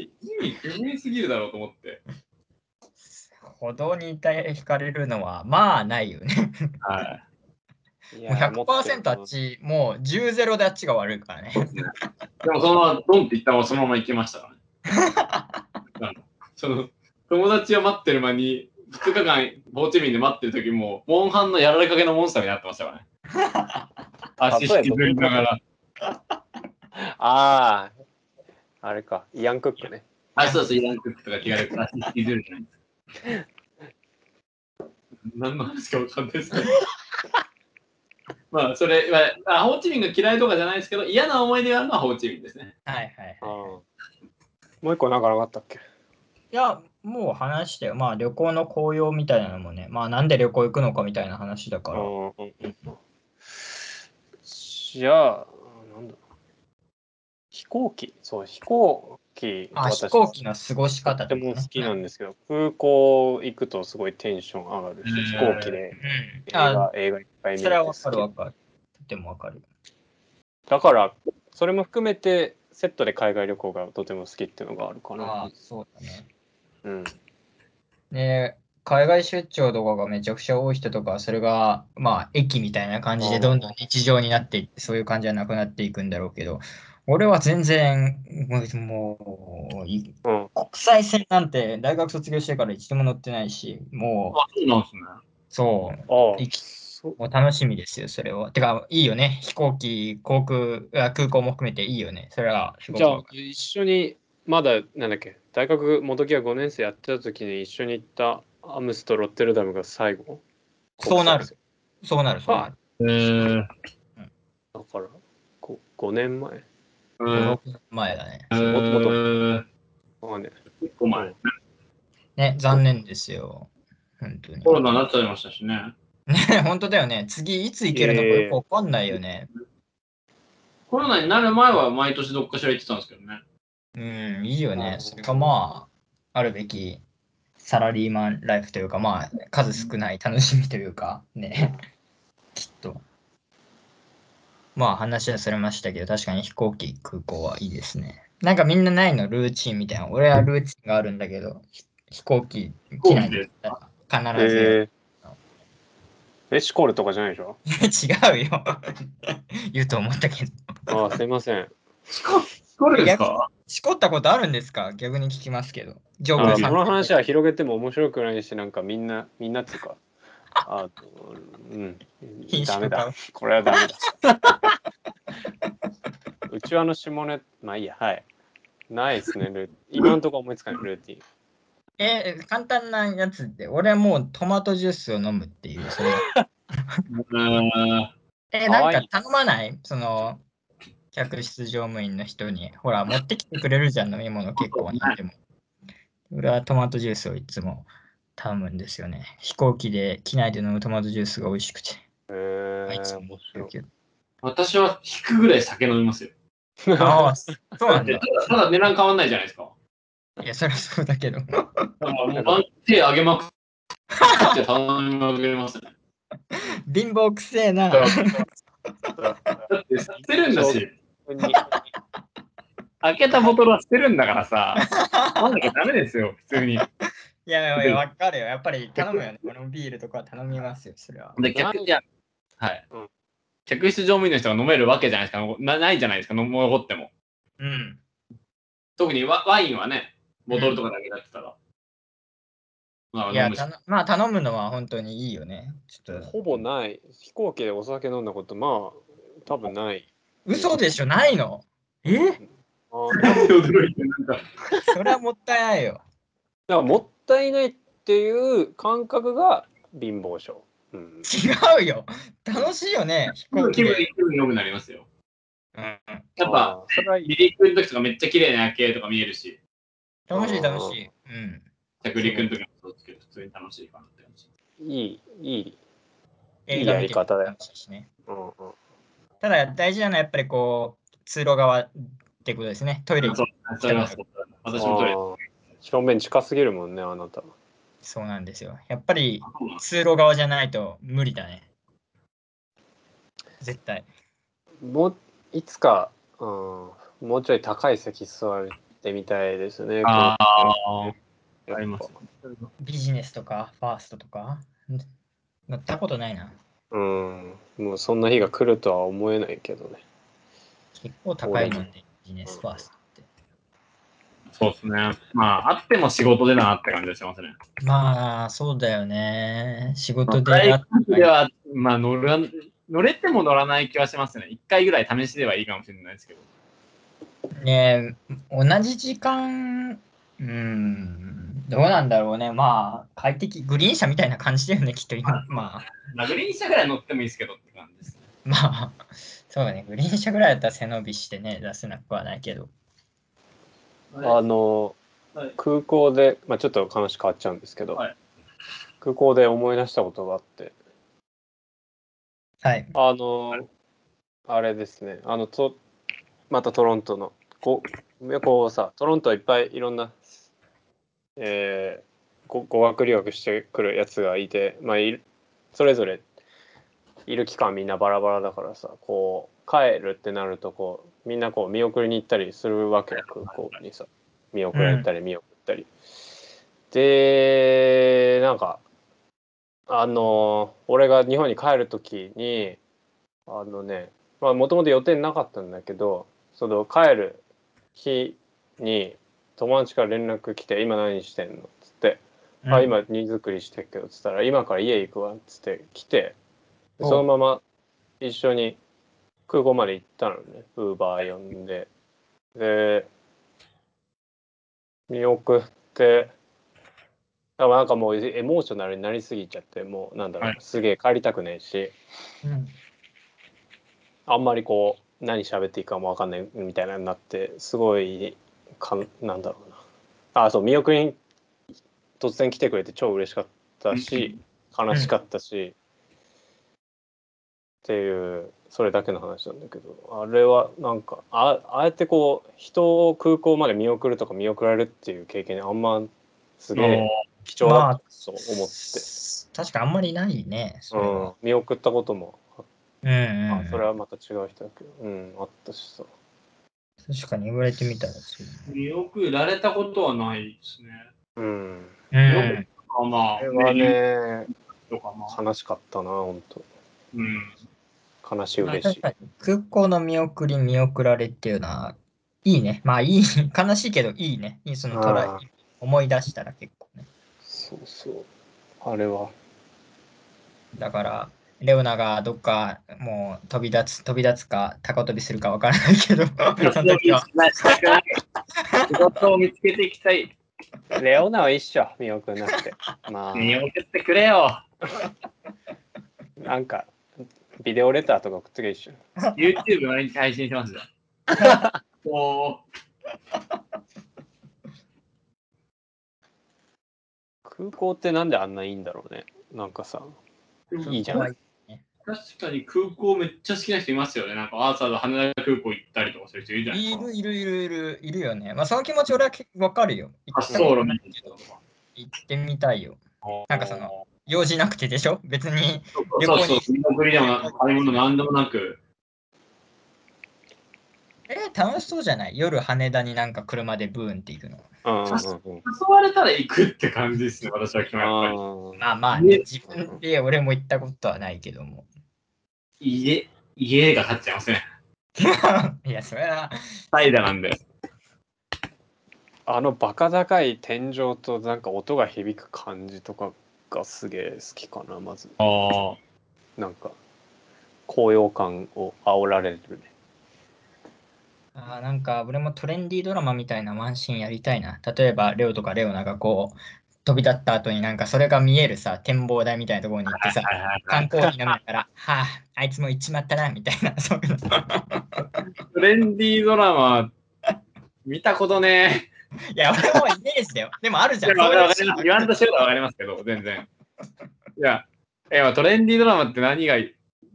Speaker 3: い
Speaker 2: 意味不明すぎるだろうと思って。
Speaker 3: 歩道にいた引かれるのはまあないよね。
Speaker 2: はい。
Speaker 1: い
Speaker 3: もう
Speaker 1: や持ってる
Speaker 3: 100%あっち、もう10-0であっちが悪いからね。
Speaker 2: でもそのままドンって行ったままそのまま行きましたからね。あのその友達を待ってる間に、2日間、ホーチミンで待ってる時も、モンハンのやられかけのモンスターになってましたからね。足引きずりながら。
Speaker 1: あああれかイアン・クックね
Speaker 2: あ、そうそう、イランクックとか気軽に足引きずるじゃないですか。何の話かわかんないですけど。まあ、それは、あ、ホーチミンが嫌いとかじゃないですけど、嫌な思い出があるのはホーチミンですね。
Speaker 3: はいはい。
Speaker 1: あーもう一個なんかなかったっけ
Speaker 3: いや、もう話してよ。まあ旅行の紅葉みたいなのもね、まあなんで旅行行くのかみたいな話だから。
Speaker 1: うんうんうんじゃあ、なんだ飛行機、そう、飛行機、
Speaker 3: あ、
Speaker 1: 私
Speaker 3: 飛行機の過ごし方
Speaker 1: とても好きなんんですけど、空港行くとすごいテンション上がるし、
Speaker 2: うん
Speaker 1: 飛行機で映
Speaker 3: うん。あ
Speaker 1: 画映画いっぱい見
Speaker 3: それは
Speaker 1: る
Speaker 3: わかるわかる。とてもわかる。
Speaker 1: だから、それも含めて、セットで海外旅行がとても好きっていうのがあるか
Speaker 3: あ
Speaker 1: な
Speaker 3: あ。、そうだね。
Speaker 1: うん、
Speaker 3: ね海外出張とかがめちゃくちゃ多い人とか、それが、まあ、駅みたいな感じで、どんどん日常になっていって、そういう感じはなくなっていくんだろうけど、俺は全然、もうもう、い
Speaker 1: うん
Speaker 3: 国際線なんて大学卒業してから一度も乗ってないし、も
Speaker 2: あ、そうなんですね。
Speaker 3: う、そう、
Speaker 1: ああ
Speaker 3: 行き
Speaker 1: そ
Speaker 3: もう楽しみですよ、それは。てか、いいよね。飛行機、航空、あ空港も含めていいよね。それは、すご
Speaker 1: じ
Speaker 3: く
Speaker 1: ゃあ
Speaker 3: わかる
Speaker 1: 一緒にまだなんだっけ大学元木が5年生やってた時に一緒に行ったアムスとロッテルダムが最後
Speaker 3: そうなる
Speaker 1: 国際
Speaker 3: そうなる、そうなる。
Speaker 2: え
Speaker 1: だから 5, 5年前
Speaker 2: ー。
Speaker 3: 前だね。
Speaker 1: もっともっと
Speaker 2: えー
Speaker 1: まあね
Speaker 2: 結構前。
Speaker 3: ね、残念ですよ。本当に。
Speaker 2: コロナになっちゃいましたしね。
Speaker 3: ね、本当だよね。次、いつ行けるのかよくわかんないよね。
Speaker 2: コロナになる前は毎年どっかしら行ってたんですけどね。
Speaker 3: うん、いいよ
Speaker 1: う
Speaker 3: ね
Speaker 1: ん。
Speaker 3: それがまあ、あるべきサラリーマンライフというか、まあ、数少ない楽しみというか、ね、きっと。まあ、話はそれましたけど、確かに飛行機、空港はいいですね。なんかみんなないの、ルーチンみたいな。俺はルーチンがあるんだけど、ひ飛行機、
Speaker 2: 飛
Speaker 3: 機
Speaker 2: 行
Speaker 3: 内
Speaker 2: 機
Speaker 3: で
Speaker 2: で。
Speaker 3: 必ず、
Speaker 1: えー、え、シコールとかじゃないでしょ
Speaker 3: [LAUGHS] 違うよ。言うと思ったけど。
Speaker 1: あーすいません。
Speaker 2: しこ、しこるんですか
Speaker 3: しこったことあるんですか逆に聞きますけど。ジョ
Speaker 1: あ
Speaker 3: ブ
Speaker 1: ー
Speaker 3: さん
Speaker 1: この話は広げても面白くないし、なんかみんな、みんなっていうか、あのうん、
Speaker 3: 品
Speaker 1: ダ
Speaker 3: 種
Speaker 1: メ
Speaker 3: と
Speaker 1: だ
Speaker 3: か。。
Speaker 1: これはダメだ。うちわの下ネ、まあいいや、はい。ないですね、ルー今のところ思いつかない、ルーティン。
Speaker 3: えー簡単なやつで、俺はもうトマトジュースを飲むってい
Speaker 1: [LAUGHS]
Speaker 3: う。それ
Speaker 2: うん。
Speaker 3: えー
Speaker 1: か
Speaker 3: な
Speaker 1: わ
Speaker 3: ん
Speaker 1: いい
Speaker 3: か頼まないその、客室乗務員の人に、ほら、持ってきてくれるじゃん、飲み物結構なんでも。俺はトマトジュースをいつも頼むんですよね。飛行機で機内で飲むトマトジュースが美味しくて。
Speaker 1: え
Speaker 3: あいつ
Speaker 1: ー、
Speaker 3: も
Speaker 1: 面
Speaker 3: 言う
Speaker 1: 白い。
Speaker 3: けど
Speaker 2: 私は引くぐらい酒飲みますよ。
Speaker 3: ああ、そうなん
Speaker 2: で
Speaker 3: だ
Speaker 2: た。だただ値段変わんないじゃないですか。
Speaker 3: いや、そりゃそうだけど。
Speaker 2: だからもうワン手上げまくって頼みまくりますね。
Speaker 3: 貧乏くせえな。
Speaker 2: だって捨てるんだし、
Speaker 1: 本当に
Speaker 2: 開けたボトルは捨てるんだからさ、なんだかダメですよ、普通に。
Speaker 3: いや、いや、わかるよ。やっぱり頼むよね。俺もビールとか頼みますよ、それは。
Speaker 2: で、客じゃ、はい
Speaker 1: うん。
Speaker 2: 客室乗務員の人が飲めるわけじゃないですか、なないじゃないですか、飲もうっても。
Speaker 3: うん。
Speaker 2: 特にワワインはね、ボトルとかだけだってたら。まあ、
Speaker 3: い
Speaker 2: 飲
Speaker 3: や、
Speaker 2: むした
Speaker 3: のまあ、頼むのは本当にいいよね。ちょっと、
Speaker 1: ほぼない。飛行機でお酒飲んだこと、まあ、多分ない。
Speaker 3: 嘘でしょ、ないのえ
Speaker 1: あー
Speaker 2: 驚いてなんか
Speaker 3: それはもったいないよ。
Speaker 1: だからもったいないっていう感覚が貧乏症。うん、
Speaker 3: 違うよ。楽しいよね、飛行
Speaker 2: 気
Speaker 3: 機
Speaker 2: 分
Speaker 3: で。
Speaker 2: 気分良くなりますよ。
Speaker 3: うん、
Speaker 2: やっぱ
Speaker 1: あーそれはいい
Speaker 2: 離陸の時とかめっちゃ綺麗な夜景とか見えるし、
Speaker 3: 楽しい、楽しい。うん。
Speaker 2: 着陸の時もそうですけど、普通に楽しいかなって感じ。
Speaker 1: いい、いい。
Speaker 3: 映画見て
Speaker 1: いいやり方だよ
Speaker 3: 楽しいしね。
Speaker 1: うんうん、
Speaker 3: ただ、大事なのはやっぱりこう、通路側ってことですね。トイレ。
Speaker 2: そうそれはそう私もトイレ。
Speaker 1: あー正面近すぎるもんね、あなた。
Speaker 3: そうなんですよ。やっぱり通路側じゃないと無理だね。絶対。
Speaker 1: もういつか、うん、もうちょい高い席座ってみたいですね。
Speaker 2: あ
Speaker 1: こ
Speaker 2: あ、
Speaker 1: う
Speaker 2: あります。
Speaker 3: ビジネスとか、ファーストとか、ん乗ったことないな。
Speaker 1: うん、もうそんな日が来るとは思えないけどね。
Speaker 3: 結構高いので、ビジネスファーストって。
Speaker 2: そうですね。まあ、あっても仕事でなって感じがしますね。
Speaker 3: まあ、そうだよね。仕事で
Speaker 2: 大
Speaker 3: やっ
Speaker 2: 学では、まあ、乗らん乗れても乗らない気はしますね。一回ぐらい試しではいいかもしれないですけど。
Speaker 3: ね、同じ時間、うん、どうなんだろうね。まあ、快適、グリーン車みたいな感じだよね、きっと今。まあ、
Speaker 2: まあ、グリーン車ぐらい乗ってもいいですけどって感じですね。
Speaker 3: まあ、そうだね。グリーン車ぐらいだったら背伸びしてね、出せなくはないけど。
Speaker 1: あの、
Speaker 2: はい
Speaker 1: 空港で、まあ、ちょっと話変わっちゃうんですけど、
Speaker 2: はい
Speaker 1: 空港で思い出したことがあって、
Speaker 3: はい。
Speaker 1: あの、あれですね、あの、とまたトロントの、こう、こうさ、トロントはいっぱいいろんな、えーご語学留学してくるやつがいて、まあ、いるそれぞれいる期間みんなバラバラだからさ、こう、帰るってなると、こう、みんなこう見送りに行ったりするわけよ、空港にさ。見送られたり、見送ったり。で、なんか、あの、俺が日本に帰るときに、あのね、まあもともと予定なかったんだけど、その帰る日に友達から連絡来て、今何してんのっつって、あ今荷造りしてるけどっつったら、今から家行くわっつって来て、で
Speaker 3: お
Speaker 1: そのまま一緒に空港まで行ったのね、ウーバー呼んで。で、見送って、だからなんかもうエモーショナルになりすぎちゃって、もうなんだろう、
Speaker 2: はい
Speaker 1: すげえ帰りたくねえし、
Speaker 3: うん、
Speaker 1: あんまりこう何喋っていいかもわかんないみたいなのになってすごいかんなんだろうなあそう見送りに突然来てくれて超嬉しかったし悲しかったし、っていうそれだけの話なんだけどあれはなんかあああやってこう人を空港まで見送るとか見送られるっていう経験あんますげえ貴重だと思って、
Speaker 3: 確かあんまりないね。それ
Speaker 1: うん
Speaker 3: は、
Speaker 1: 見送ったこともあっ
Speaker 3: うんうんうん
Speaker 1: あそれはまた違う人だけど、うん、あったしさ。
Speaker 3: 確かに言われてみたらそう
Speaker 2: 見送られたことはないですね。
Speaker 1: うん。
Speaker 3: ね。
Speaker 2: まあまあ、
Speaker 1: これは
Speaker 2: メニュ
Speaker 1: ね、
Speaker 2: ーとかまあ、
Speaker 1: 悲しかったな、本
Speaker 2: うん。
Speaker 1: 当悲しい、
Speaker 3: うん、
Speaker 1: 嬉し
Speaker 3: 確
Speaker 1: い。
Speaker 3: かに空港の見送り見送られっていうのは、いいね。まあいい、悲しいけどいいね。いいそのトライ
Speaker 1: あー
Speaker 3: 思い出したら結構ね。
Speaker 1: そうそう。あれは、
Speaker 3: だから、レオナがどっかもう飛び立つ、飛び立つか、高飛びするかわからないけど、その時は。
Speaker 2: 仕事を見つけていきたい。
Speaker 1: レオナは一緒、見送んな [LAUGHS] くて。ま
Speaker 2: 見
Speaker 1: あ、
Speaker 2: 送ってくれよ。
Speaker 1: なんか、ビデオレターとか送っとけば一緒。
Speaker 2: YouTube 毎日配信しますよ。 [LAUGHS] お
Speaker 1: 空港ってなんであんないいんだろうね。なんかさ、
Speaker 2: ー
Speaker 1: いいじゃん。
Speaker 2: 確かに空港めっちゃ好きな人いますよね。なんかわざわざ羽田空港行ったりとかする人いるじゃない
Speaker 3: い
Speaker 2: で
Speaker 3: るいるいるいるいるよね。まあその気持ち俺は結構わかるよ。行っ
Speaker 2: す
Speaker 3: て
Speaker 2: か。滑走路
Speaker 3: み
Speaker 2: 見
Speaker 3: た
Speaker 2: て
Speaker 3: い
Speaker 2: とか。
Speaker 3: 行ってみたいよ。なんかその、用事なくてでしょ別に。
Speaker 2: そう
Speaker 3: 旅行に
Speaker 2: そう、見送りでもなく、買い物なんでもなく。
Speaker 3: えー楽しそうじゃない夜羽田になんか車でブーンって行くの。
Speaker 1: うんうんうん。
Speaker 2: 誘われたら行くって感じですね、私は決まっ
Speaker 1: あ
Speaker 2: ぱ
Speaker 3: まあまあ、
Speaker 2: ね
Speaker 3: ね、自分で俺も行ったことはないけども。 [LAUGHS]
Speaker 2: り。家、家が立っちゃいますね。
Speaker 3: いや、それは、
Speaker 2: 怠惰なんで。
Speaker 1: ああのバカ高い天井となんか音が響く感じとかがすげえ好きかなまず
Speaker 2: ああ。
Speaker 1: なんか高揚感を煽られるね
Speaker 3: あーなんか俺もトレンディードラマみたいなワンシーンやりたいな。例えば、レオとかレオナがこう、飛び立った後になんかそれが見えるさ、展望台みたいなところに行ってさ、
Speaker 2: はいはいはい。
Speaker 3: 観光費飲みながら、はあ、あいつも行っちまったな、みたいな、そういうの。
Speaker 2: トレンディードラマ、見たことね
Speaker 3: いや、俺もイメージだよ。でもある
Speaker 2: え。
Speaker 3: じ
Speaker 2: い
Speaker 3: ゃん。
Speaker 2: やわ
Speaker 3: そう
Speaker 2: かるわかり
Speaker 3: いうの
Speaker 2: ます言わんとしてるのはわかりますけど、全然。いや、えまあトレンディードラマって何が、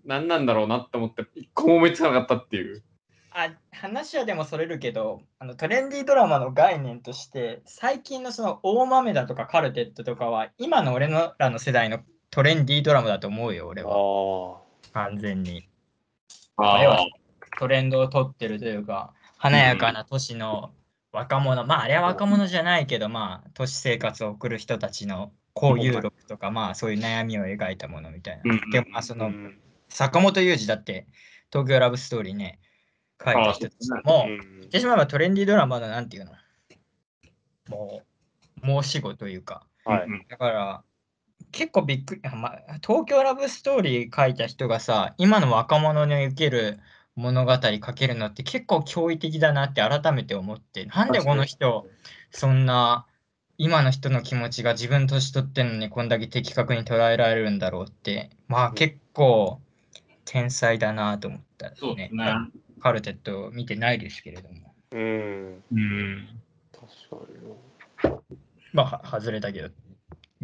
Speaker 2: 何なんだろうなって思って、一個も思いつかなかったっていう。
Speaker 3: あ話はでもそれるけどあのトレンディードラマの概念として最近のその大豆だとかカルテットとかは今の俺のらの世代のトレンディードラマだと思うよ俺
Speaker 1: あ
Speaker 3: は
Speaker 1: ー
Speaker 3: 完全に
Speaker 2: あ
Speaker 3: 要はトレンドを取ってるというか華やかな都市の若者まああれは若者じゃないけどまあ都市生活を送る人たちの交友録とかまあそういう悩みを描いたものみたいな
Speaker 2: うん
Speaker 3: でもまあその
Speaker 1: うん
Speaker 3: 坂本雄二だって東京ラブストーリーね書いた人たちも
Speaker 1: うん
Speaker 3: 言ってしまえばトレンディードラマのなんていうのもう申し子というか
Speaker 1: はい
Speaker 3: だから結構びっくり、あまあ、東京ラブストーリー書いた人がさ今の若者に受ける物語書けるのって結構驚異的だなって改めて思ってなんでこの人そんな今の人の気持ちが自分年取ってんのにこんだけ的確に捉えられるんだろうってまあ結構天才だなと思ったね
Speaker 2: そうですね。
Speaker 3: カルテット見てないですけれども。
Speaker 1: うん
Speaker 2: うん。
Speaker 1: 確かにな
Speaker 3: まあ、は外れたけど。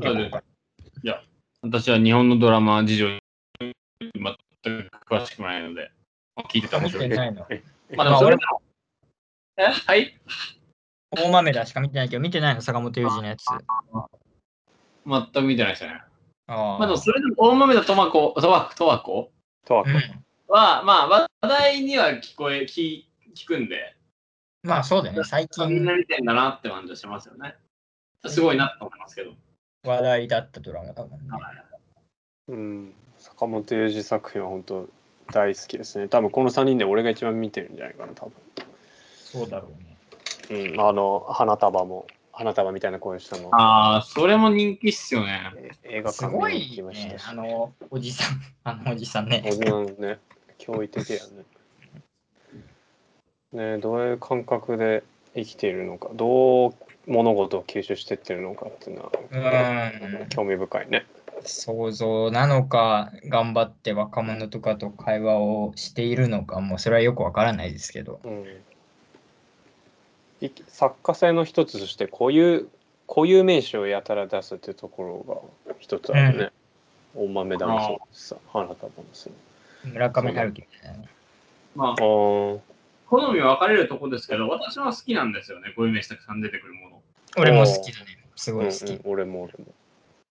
Speaker 2: そうです
Speaker 3: 旅行か
Speaker 2: 私は日本のドラマ事情に全く詳しくないので、聞いてた
Speaker 3: ら
Speaker 2: ら面白
Speaker 3: 見て
Speaker 2: いです。
Speaker 3: ないの。
Speaker 2: まあでもそれでもえはい
Speaker 3: 大豆だしか見てないけど、見てないの、坂本雄二のやつ。あ
Speaker 2: 全く見てないですね。
Speaker 3: あ
Speaker 2: まあでもそれでも大豆田智子、とわとわ子
Speaker 1: とは
Speaker 3: う
Speaker 1: か
Speaker 3: ん、
Speaker 2: は、まあ話題には聞こえ、聞聞くんで、
Speaker 3: まあ、そうだよね。最
Speaker 2: まあみんな
Speaker 3: 近
Speaker 2: 見てんだなって感じはしますよね。すごいなと思いますけど。
Speaker 3: 話題だったドラマだもんね。
Speaker 1: うん坂本雄二作品は本当大好きですね多分この3人で俺が一番見てるんじゃないかな多
Speaker 3: そうだろうね。
Speaker 1: 分、うん、あの花束も花束みたいな声したの
Speaker 2: ああ、それも人気っすよね。
Speaker 1: え映画
Speaker 3: す
Speaker 1: 館
Speaker 3: ご
Speaker 1: に行
Speaker 3: い
Speaker 1: きまし
Speaker 3: ね
Speaker 1: た。し
Speaker 3: あの、おじさん、 [LAUGHS] あのおじさんね
Speaker 1: あ。なんね、驚異的やね。ねどういう感覚で生きているのか、どう物事を吸収していってるのかっていうの
Speaker 3: う
Speaker 1: は、
Speaker 3: ん、
Speaker 1: 興味深いね。
Speaker 3: 想像なのか、頑張って若者とかと会話をしているのか、もうそれはよくわからないですけど。
Speaker 1: うん、い作家性の一つとして、こういう、こういう名詞をやたら出すっていうところが一つあるね。大豆だもそうだしさ、花束もそう。
Speaker 3: 村上春樹みたいなね。
Speaker 2: ま
Speaker 1: あ
Speaker 2: あ、好みは分かれるとこですけど、私は好きなんですよね、こういう名詞たくさん出てくるもの。
Speaker 3: 俺も好きだね。す
Speaker 1: う
Speaker 3: ご
Speaker 1: んう
Speaker 3: い
Speaker 1: ん
Speaker 3: 好き。
Speaker 1: 俺も俺も。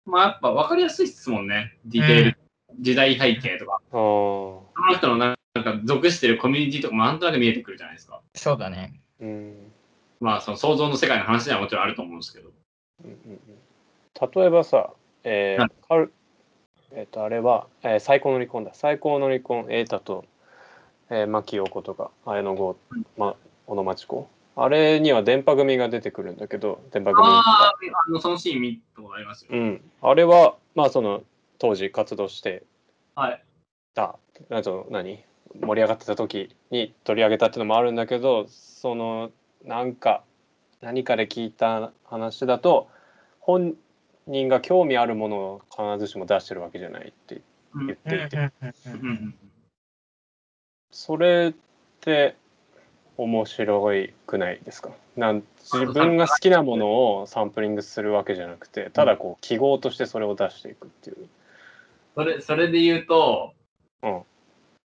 Speaker 2: まあやっぱ分かりやすいですもんね。ディテール、時代背景とか。
Speaker 1: あ
Speaker 2: その人のなんか属してるコミュニティとかもなんとなく見えてくるじゃないですか。
Speaker 3: そうだね。
Speaker 1: あ、うん。
Speaker 2: まあその想像の世界の話にはもちろんあると思うんですけど。
Speaker 1: うんうんうん例えばさ、えー
Speaker 2: は
Speaker 1: カルえっ、と、あれは、えー最高の離婚だ。最高の離婚、瑛太と、えー、牧陽子とか、綾野剛、ま、小野町子。あれには電波組が出てくるんだけど、電波組
Speaker 2: ああ、あのそのシーン見たことありますよ。
Speaker 1: うん、あれは、まあ、その当時活動して
Speaker 2: はい。
Speaker 1: た、あと何盛り上がってた時に取り上げたっていうのもあるんだけど、そのなんか何かで聞いた話だと、本人が興味あるものを必ずしも出してるわけじゃないって言っていて、
Speaker 2: うん
Speaker 1: それって面白いくないですかなん自分が好きなものをサンプリングするわけじゃなくてただこう記号としてそれを出していくっていう。
Speaker 2: それ、それで言うと、
Speaker 1: うん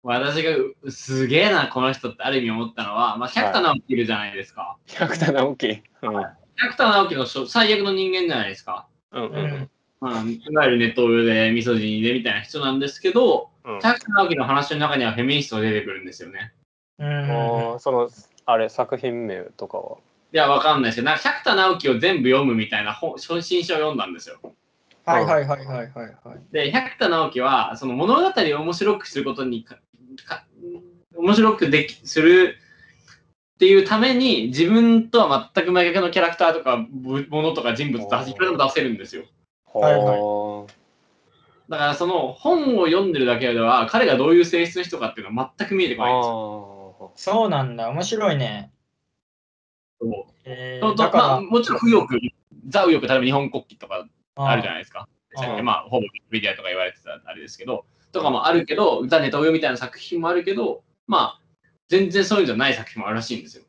Speaker 2: 私がうすげえな、この人ってある意味思ったのは、まあ、百田直樹いるじゃないですか。
Speaker 1: 百田直樹。うん。
Speaker 2: 百田直樹のしょ最悪の人間じゃないですか。
Speaker 1: うん
Speaker 3: うんうん
Speaker 2: まあ、いわゆるネット上で、ミソジニでみたいな人なんですけど、
Speaker 1: うん。
Speaker 2: 百田直樹の話の中にはフェミニストが出てくるんですよね。
Speaker 3: うん
Speaker 1: もうそのあれ作品名とかは。
Speaker 2: いや、わかんないですけど、なんか百田直樹を全部読むみたいな本、初心者を読んだんですよ。
Speaker 3: はいはいはいはいはいはい。
Speaker 2: で、百田直樹は、その物語を面白くすることにか、か面白くでき、するっていうために、自分とは全く真逆のキャラクターとか、ぶものとか人物出
Speaker 1: おー
Speaker 2: せ、いくらでも出せるんですよ。
Speaker 3: はいはい
Speaker 1: は
Speaker 2: だから、その本を読んでるだけでは、彼がどういう性質の人かっていうのは全く見えてこ
Speaker 1: あ
Speaker 2: ないんですよ。
Speaker 3: そうなんだ。面白いね。
Speaker 2: そう
Speaker 3: え
Speaker 2: とと
Speaker 3: ー、だ
Speaker 2: まあ、
Speaker 3: か
Speaker 2: もちろん右翼、ザ右翼、例えば日本国旗とか
Speaker 3: ら、
Speaker 2: あるじゃないですか。
Speaker 3: ああ
Speaker 2: まあ、ほぼメディアとか言われてたあれですけど、とかもあるけど、歌ネタ上みたいな作品もあるけど、まあ、全然そういうんじゃない作品もあるらしいんですよ。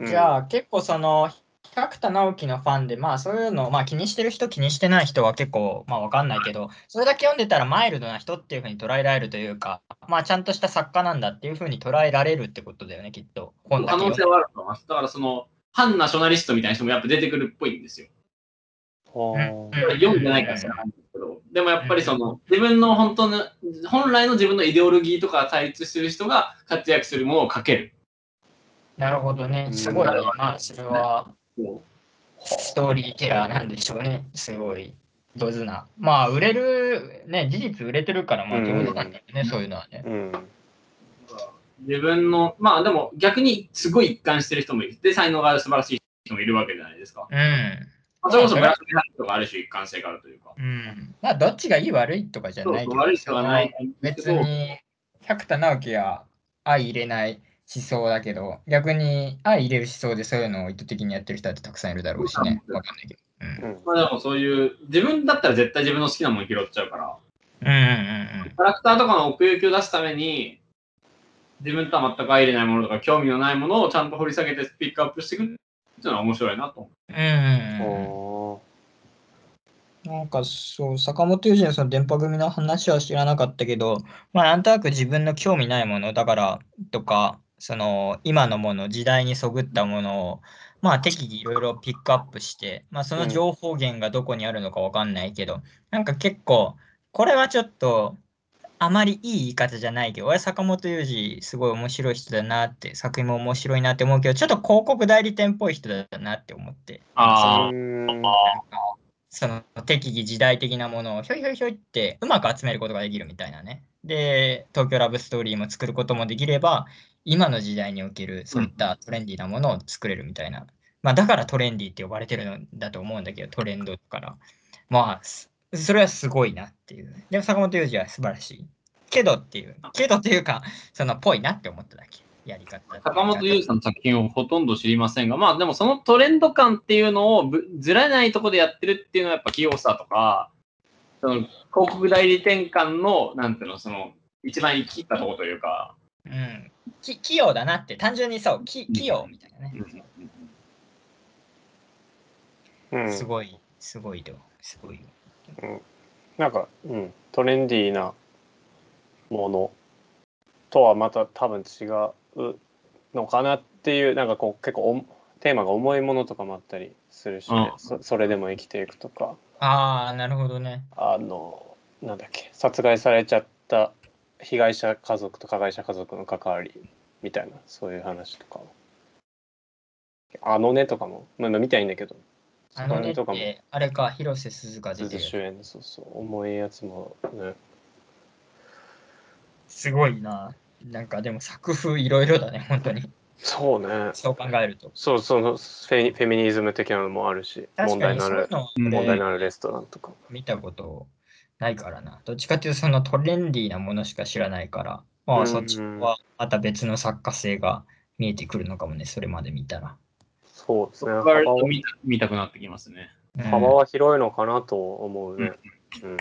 Speaker 1: い。
Speaker 3: じゃあ結構その百田直樹のファンでまあそういうのをまあ気にしてる人気にしてない人は結構まあわかんないけどそれだけ読んでたらマイルドな人っていうふうに捉えられるというかまあちゃんとした作家なんだっていうふうに捉えられるってことだよねきっと本だ
Speaker 2: 可
Speaker 3: け
Speaker 2: 能性
Speaker 3: 読ん
Speaker 2: はあると思います。だから、その、反ナショナリストみたいな人もやっぱ出てくるっぽいんですよ。
Speaker 1: ほー
Speaker 3: うん
Speaker 2: 読んでないから知らないんですけど、でもやっぱりその、自分の本当の、本来の自分のイデオロギーとか対立してる人が活躍するものを書ける。
Speaker 3: なるほどねすごいねまあそれはストーリーテラーなんでしょうねすごい上手なまあ売れるね事実売れてるからまあ上手なんだよねそういうのはね
Speaker 1: うん。
Speaker 2: 自分の、まあでも逆にすごい一貫してる人もいる。で、才能がある素晴らしい人もいるわけじゃないですか。
Speaker 3: うん
Speaker 2: まあ、それこそブラックメタルとかある種一貫性があるというか。
Speaker 3: うんまあどっちがいい悪いとかじゃ
Speaker 2: そう
Speaker 3: ない
Speaker 2: そう
Speaker 3: けど
Speaker 2: 悪い人がないけ
Speaker 3: 別
Speaker 2: ど。
Speaker 3: に百田直樹は相入れない思想だけど逆に相入れる思想でそういうのを意図的にやってる人だってたくさんいるだろうしね
Speaker 2: そう
Speaker 3: わかんないけどうんうん
Speaker 1: うん
Speaker 2: まあでもそういう、自分だったら絶対自分の好きなもの拾っちゃうから、
Speaker 3: うんうん
Speaker 2: キャラクターとかの奥行きを出すために、自分とは全く相入れないものとか、興味のないものをちゃんと掘り下げてピックアップしていくっていうのは面白いなと思
Speaker 3: うんうんうん
Speaker 1: ほ
Speaker 3: なんかそう坂本龍二のその電波組の話は知らなかったけどまあなんとなく自分の興味ないものだからとかその今のもの時代にそぐったものをまあ適宜いろいろピックアップしてまあその情報源がどこにあるのかわかんないけど、なんか結構これはちょっとあまりいい言い方じゃないけど俺坂本龍二すごい面白い人だなって作品も面白いなって思うけどちょっと広告代理店っぽい人だなって思って。
Speaker 2: あ
Speaker 1: う。うん
Speaker 3: その適宜時代的なものをひょいひょいひょいってうまく集めることができるみたいなね。で、東京ラブストーリーも作ることもできれば、今の時代におけるそういったトレンディーなものを作れるみたいな。まあだからトレンディーって呼ばれてるんだと思うんだけど、トレンドだから。まあ、すそれはすごいなっていう。でも坂本龍二は素晴らしい。けどっていう、けどっていうか、そのぽいなって思っただけ。やり方。
Speaker 2: 坂本龍
Speaker 3: 二
Speaker 2: さんの作品をほとんど知りませんが、まあでもそのトレンド感っていうのをぶずらないところでやってるっていうのはやっぱ器用さとか、その広告代理店間の、なんていうの、その、一番生きったところというか、
Speaker 3: うん。き器用だなって、単純にそう、き器用みたいなね。
Speaker 1: うん
Speaker 3: すごい、すごいよ、すごいよ。
Speaker 1: なんか、うん、トレンディーなものとはまた多分違うのかなっていうなんかこう結構おテーマが重いものとかもあったりするしね、
Speaker 2: うん
Speaker 1: そそれでも生きていくとか
Speaker 3: ああ、なるほどね。
Speaker 1: あのなんだっけ殺害されちゃった被害者家族と加害者家族の関わりみたいなそういう話とかもあのねとかも、まあ、見たいんだけど
Speaker 3: あのねっ
Speaker 1: そこら辺
Speaker 3: て、あれか、広瀬すずが出て
Speaker 1: 鈴主
Speaker 3: る。
Speaker 1: 演のそうそう重いやつもね
Speaker 3: すごいな。なんかでも作風いろいろだね、本 [LAUGHS] 当に。
Speaker 1: そうね
Speaker 3: そう考えると。
Speaker 1: そうそのフェミフェミニズム的なのもあるし
Speaker 3: 確
Speaker 1: 問
Speaker 3: か
Speaker 1: 題
Speaker 3: に
Speaker 1: のあ
Speaker 3: そうい
Speaker 1: る
Speaker 3: うの
Speaker 2: うん
Speaker 1: 問題のあるレストランとか
Speaker 3: 見たことないからな。どっちかっていうとそのトレンディーなものしか知らないから、ま
Speaker 1: う
Speaker 3: あ
Speaker 1: ん
Speaker 3: そっちはまた別の作家性が見えてくるのかもね、それまで見たら。
Speaker 1: そうです
Speaker 2: そ
Speaker 1: ね
Speaker 2: こ
Speaker 1: 幅
Speaker 2: から
Speaker 1: は
Speaker 2: 見た見たくなってきますね。
Speaker 3: うん
Speaker 1: 幅は広いのかなと思うね、うん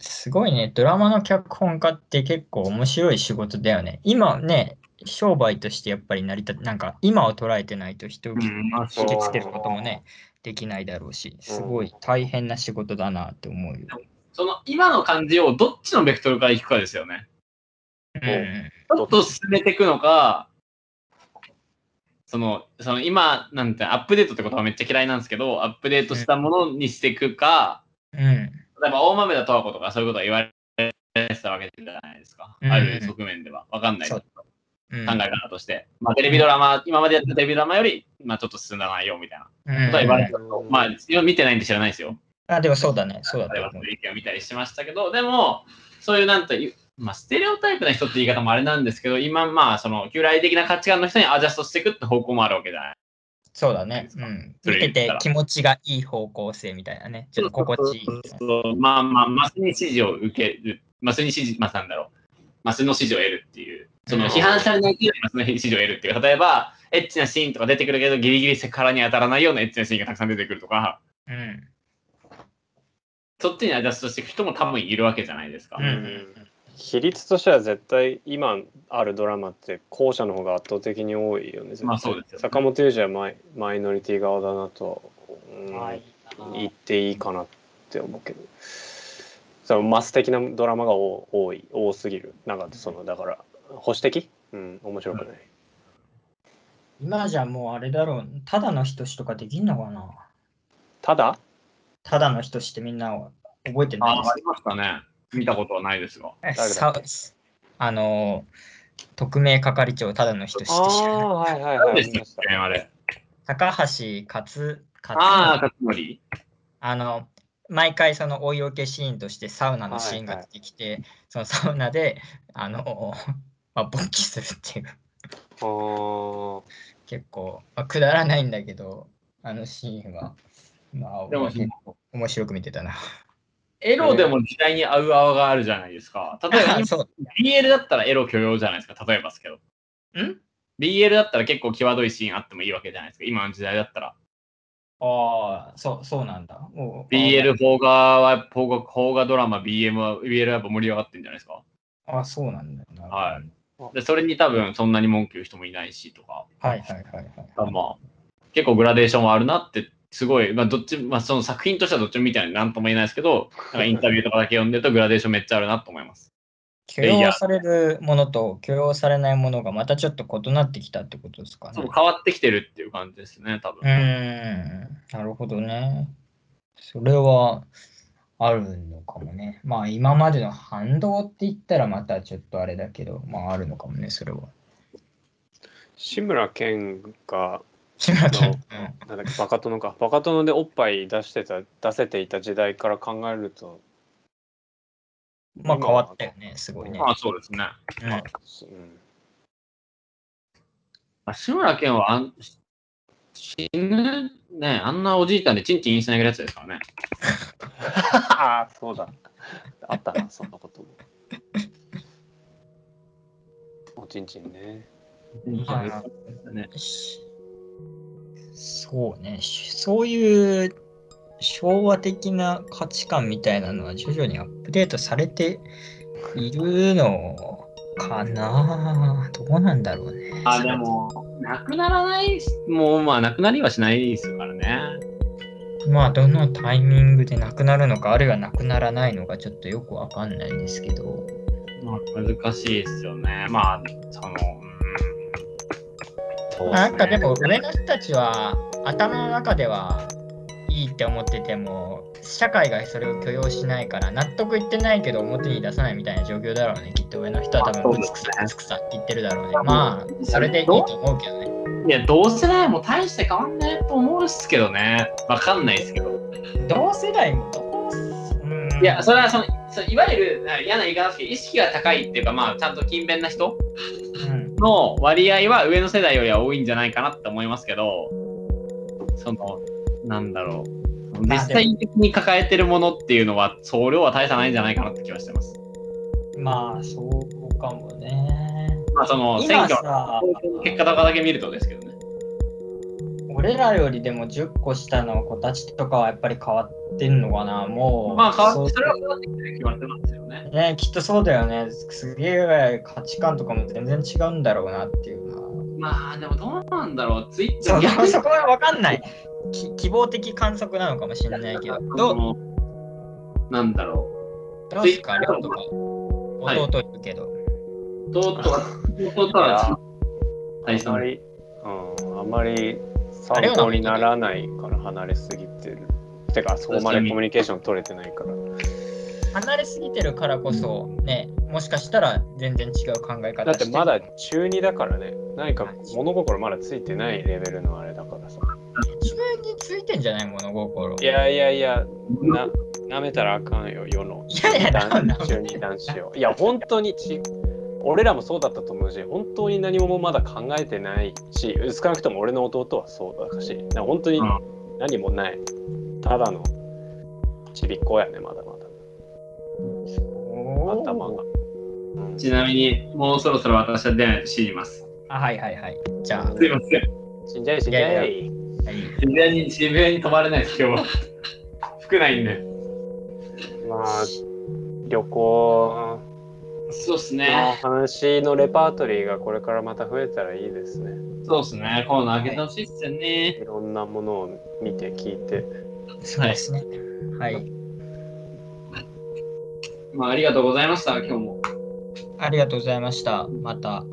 Speaker 3: すごいね、ドラマの脚本家って結構面白い仕事だよね。今ね、商売としてやっぱり成り立なんか今を捉えてないと人を
Speaker 2: う
Speaker 3: 引
Speaker 2: ん、まあ、そう
Speaker 3: きつけることもね、できないだろうし、すごい大変な仕事だなって思うよ。
Speaker 2: その今の感じをどっちのベクトルからいくかですよね。
Speaker 3: うんうん
Speaker 2: ちょっと進めていくのか、その、その今、なんて、アップデートってことはめっちゃ嫌いなんですけど、アップデートしたものにしていくか、
Speaker 3: うん
Speaker 2: 例えば大豆田十和子とかそういうことは言われてたわけじゃないですか。
Speaker 3: うん
Speaker 2: ある側面では。わかんないけど。考
Speaker 3: うん
Speaker 2: え方として。まあ、テレビドラマ、今までやったテレビドラマより、まあ、ちょっと進んだ内容みたいな。
Speaker 3: うん
Speaker 2: 例えばね
Speaker 1: うん
Speaker 2: まあ、見てないんで知らないですよ。
Speaker 3: あ、でもそうだね、そうだ
Speaker 2: 例え
Speaker 3: と
Speaker 2: ば、そ
Speaker 3: 思
Speaker 2: うう。いう意見を見たりしましたけど、でも、そういうなんていう、まあ、ステレオタイプな人って言い方もあれなんですけど、今、まあ、その、旧来的な価値観の人にアジャストしていくって方向もあるわけじゃない。
Speaker 3: そうだね。うん。
Speaker 2: そ
Speaker 3: 見
Speaker 2: れ言っ
Speaker 3: て
Speaker 2: た
Speaker 3: て
Speaker 2: ら
Speaker 3: 気持ちがいい方向性みたいなね。ちょっと心地いい。
Speaker 2: そうまあまあ、マスに指示を受ける、マスに指示、まあ、なんだろう、マスの指示を得るっていう、その批判されないけど、マスの指示を得るっていう、例えば、エッチなシーンとか出てくるけど、ギリギリセクハラに当たらないようなエッチなシーンがたくさん出てくるとか、
Speaker 3: うん。
Speaker 2: そっちにアジャストしていく人も多分いるわけじゃないですか。
Speaker 3: うんうん
Speaker 1: 比率としては絶対今あるドラマって後者の方が圧倒的に多いよね。絶対
Speaker 2: まあそうですよね
Speaker 1: 坂本龍二はマイマイノリティ側だなと、うん
Speaker 3: はい
Speaker 1: 言っていいかなって思うけど。そのマス的なドラマが多多い多すぎる。なんかそのだから保守的うん面白くない。
Speaker 3: 今じゃもうあれだろう。ただの人しとかできんのかな
Speaker 1: ただ
Speaker 3: ただの人しってみんな覚えてない
Speaker 2: あ
Speaker 3: で
Speaker 2: あありましたね。見たことはないですが。
Speaker 1: 誰
Speaker 3: す
Speaker 1: だ
Speaker 3: か
Speaker 1: っけ
Speaker 3: さあの、特命係長ただの人しって知らない
Speaker 1: あーはいはい
Speaker 2: 何
Speaker 1: は
Speaker 2: で
Speaker 1: い。
Speaker 2: し
Speaker 1: 見
Speaker 2: た
Speaker 1: ま
Speaker 2: っ
Speaker 1: した
Speaker 2: け、あれ。
Speaker 3: 高橋克、克
Speaker 2: ああ、勝則。
Speaker 3: あの、毎回その追い受けシーンとしてサウナのシーンが出てきて、そのサウナで、あの、まあ、勃起するっていう。
Speaker 1: あー
Speaker 3: 結構、まあ、くだらないんだけど、あのシーンは、まあ、
Speaker 2: でも
Speaker 3: まあ結構面白く見てたな。
Speaker 2: エロでも時代に合う泡があるじゃないですか。例えば [LAUGHS] 今、
Speaker 3: [LAUGHS] そ
Speaker 2: BL だったらエロ許容じゃないですか、例えばですけど。
Speaker 3: う。ん
Speaker 2: BL だったら結構際どいシーンあってもいいわけじゃないですか、今の時代だったら。
Speaker 3: ああ、そう、そうなんだ。もう
Speaker 2: BL 邦画は、邦画邦画ドラマ、BM は、BL はやっぱ盛り上がってるんじゃないですか。
Speaker 3: ああ、そうなんだよな。。
Speaker 2: はいで、それに多分そんなに文句言う人もいないしとか、
Speaker 3: はいはいはいはい。
Speaker 2: まあ、結構グラデーションはあるなって、すごい、まあ、どっち、まあ、その作品としてはどっちも見たいなんとも言えないですけど、なんかインタビューとかだけ読んでるとグラデーションめっちゃあるなと思います。
Speaker 3: 許容されるものと許容されないものがまたちょっと異なってきたってことですかね。
Speaker 2: そう変わってきてるっていう感じですね、多分。
Speaker 3: うーん、なるほどね。それはあるのかもね。まあ今までの反動って言ったらまたちょっとあれだけど、まああるのかもね、それは。
Speaker 1: 志村けんが
Speaker 3: 志村けん。 [LAUGHS] うん
Speaker 1: なんだっけバカ殿かバカ殿でおっぱい出してた出せていた時代から考えると
Speaker 3: まあ変わったよね、すごいね。
Speaker 2: まあ、そうですね。
Speaker 3: うん
Speaker 1: うん
Speaker 2: まあ、志村けんはあん死ぬね、あんなおじいちゃんでチンチンインしなげるやつですからね。
Speaker 1: ああそうだあったなそんなこともおちんちんね
Speaker 2: ね
Speaker 3: しそうね、しそういう昭和的な価値観みたいなのは徐々にアップデートされているのかなどうなんだろうね。
Speaker 2: あ、でも、なくならない、もうまあ、なくなりはしないですからね。
Speaker 3: まあどのタイミングでなくなるのかあるいはなくならないのかちょっとよくわかんないんですけど
Speaker 2: まあ、難しいですよね。まあ、その、うん
Speaker 1: そうっすね
Speaker 3: なんかでも上の人たちは頭の中ではいいって思ってても社会がそれを許容しないから納得いってないけど表に出さないみたいな状況だろうねきっと上の人は多
Speaker 2: あそう
Speaker 3: 分
Speaker 2: で
Speaker 3: ぶ
Speaker 2: す
Speaker 3: つ
Speaker 2: ね
Speaker 3: くさぶつくさ言ってるだろうねまあそれでいいと思うけどね
Speaker 2: いや、同世代も大して変わんないと思うっすけどね。わかんないっすけど。
Speaker 3: 同世代もどううん
Speaker 2: いや、それはその、そのいわゆるあ嫌な言い方ですけど、意識が高いっていうか、まあ、ちゃんと勤勉な人
Speaker 3: うん
Speaker 2: の割合は上の世代よりは多いんじゃないかなって思いますけど、その、なんだろう。
Speaker 3: ま
Speaker 2: 実
Speaker 3: あでも
Speaker 2: 際的に抱えてるものっていうのは、総量は大差ないんじゃないかなって気はしてます。
Speaker 3: まあそうかもね
Speaker 2: まあ、その、選
Speaker 3: 今
Speaker 2: 挙
Speaker 3: さ
Speaker 2: の結果とかだけ見るとですけどね。
Speaker 3: 俺らよりでも10個下の子たちとかはやっぱり変わってんのかなもう
Speaker 2: まあ、変わ
Speaker 3: う
Speaker 2: って、それは変わってきてる気はしてますよね。
Speaker 3: ねきっとそうだよね。すげえ価値観とかも全然違うんだろうなっていうな。
Speaker 2: まあ、でもどうなんだろう。ツイッ
Speaker 3: そ
Speaker 2: タ
Speaker 3: う
Speaker 2: ー
Speaker 3: 逆にそこは分かんない。き希望的観測なのかもしれないけど。どう
Speaker 2: うなんだろ
Speaker 3: どうですか、
Speaker 2: Twitter
Speaker 3: 亮とか。
Speaker 2: はい
Speaker 3: 弟いるけど。
Speaker 2: う。弟は、弟
Speaker 1: いや
Speaker 2: は、大
Speaker 1: あ
Speaker 2: 差
Speaker 1: ま
Speaker 2: ない。
Speaker 1: り、うん、あまり参考にならないから離れすぎてる。てか、そこまでコミュニケーション取れてないから。
Speaker 3: 離れすぎてるからこそ、ね、もしかしたら全然違う考え方
Speaker 1: だってまだ
Speaker 3: して
Speaker 1: 中2だからね、何か物心まだついてないレベルのあれだからさ。
Speaker 3: 自分についてんじゃないもの心。
Speaker 1: いやいやいや、な、舐めたらあかんよ、世の。
Speaker 3: いやいやな
Speaker 1: 男
Speaker 3: んだ
Speaker 1: 中二男子を。いや、本当にち、俺らもそうだったと思うし、本当に何もまだ考えてないし、少なくとも俺の弟はそうだし、な本当に
Speaker 2: うん
Speaker 1: 何もない。ただのちびっこやね、まだまだ。
Speaker 3: おー
Speaker 1: 頭が。うん
Speaker 2: ちなみに、もうそろそろ私は出ないと死にます。
Speaker 3: あ、はいはいはい。じゃあ、
Speaker 2: すいません。
Speaker 1: 死んじゃい死んじ
Speaker 3: い
Speaker 1: ゃい。
Speaker 3: やはい
Speaker 2: 渋谷に、渋谷に泊まれないです、 [LAUGHS] 今日は。服ないんで。
Speaker 1: まあ、旅行
Speaker 2: そうっす
Speaker 1: の
Speaker 2: ね。
Speaker 1: 話のレパートリーがこれからまた増えたらいいですね。
Speaker 2: そうっすね。コーナー開けてほしいっすよね。
Speaker 1: いろんなものを見て聞いて。
Speaker 3: そうですね。はい。
Speaker 2: まあ、ありがとうございました、今日も。
Speaker 3: ありがとうございました。また。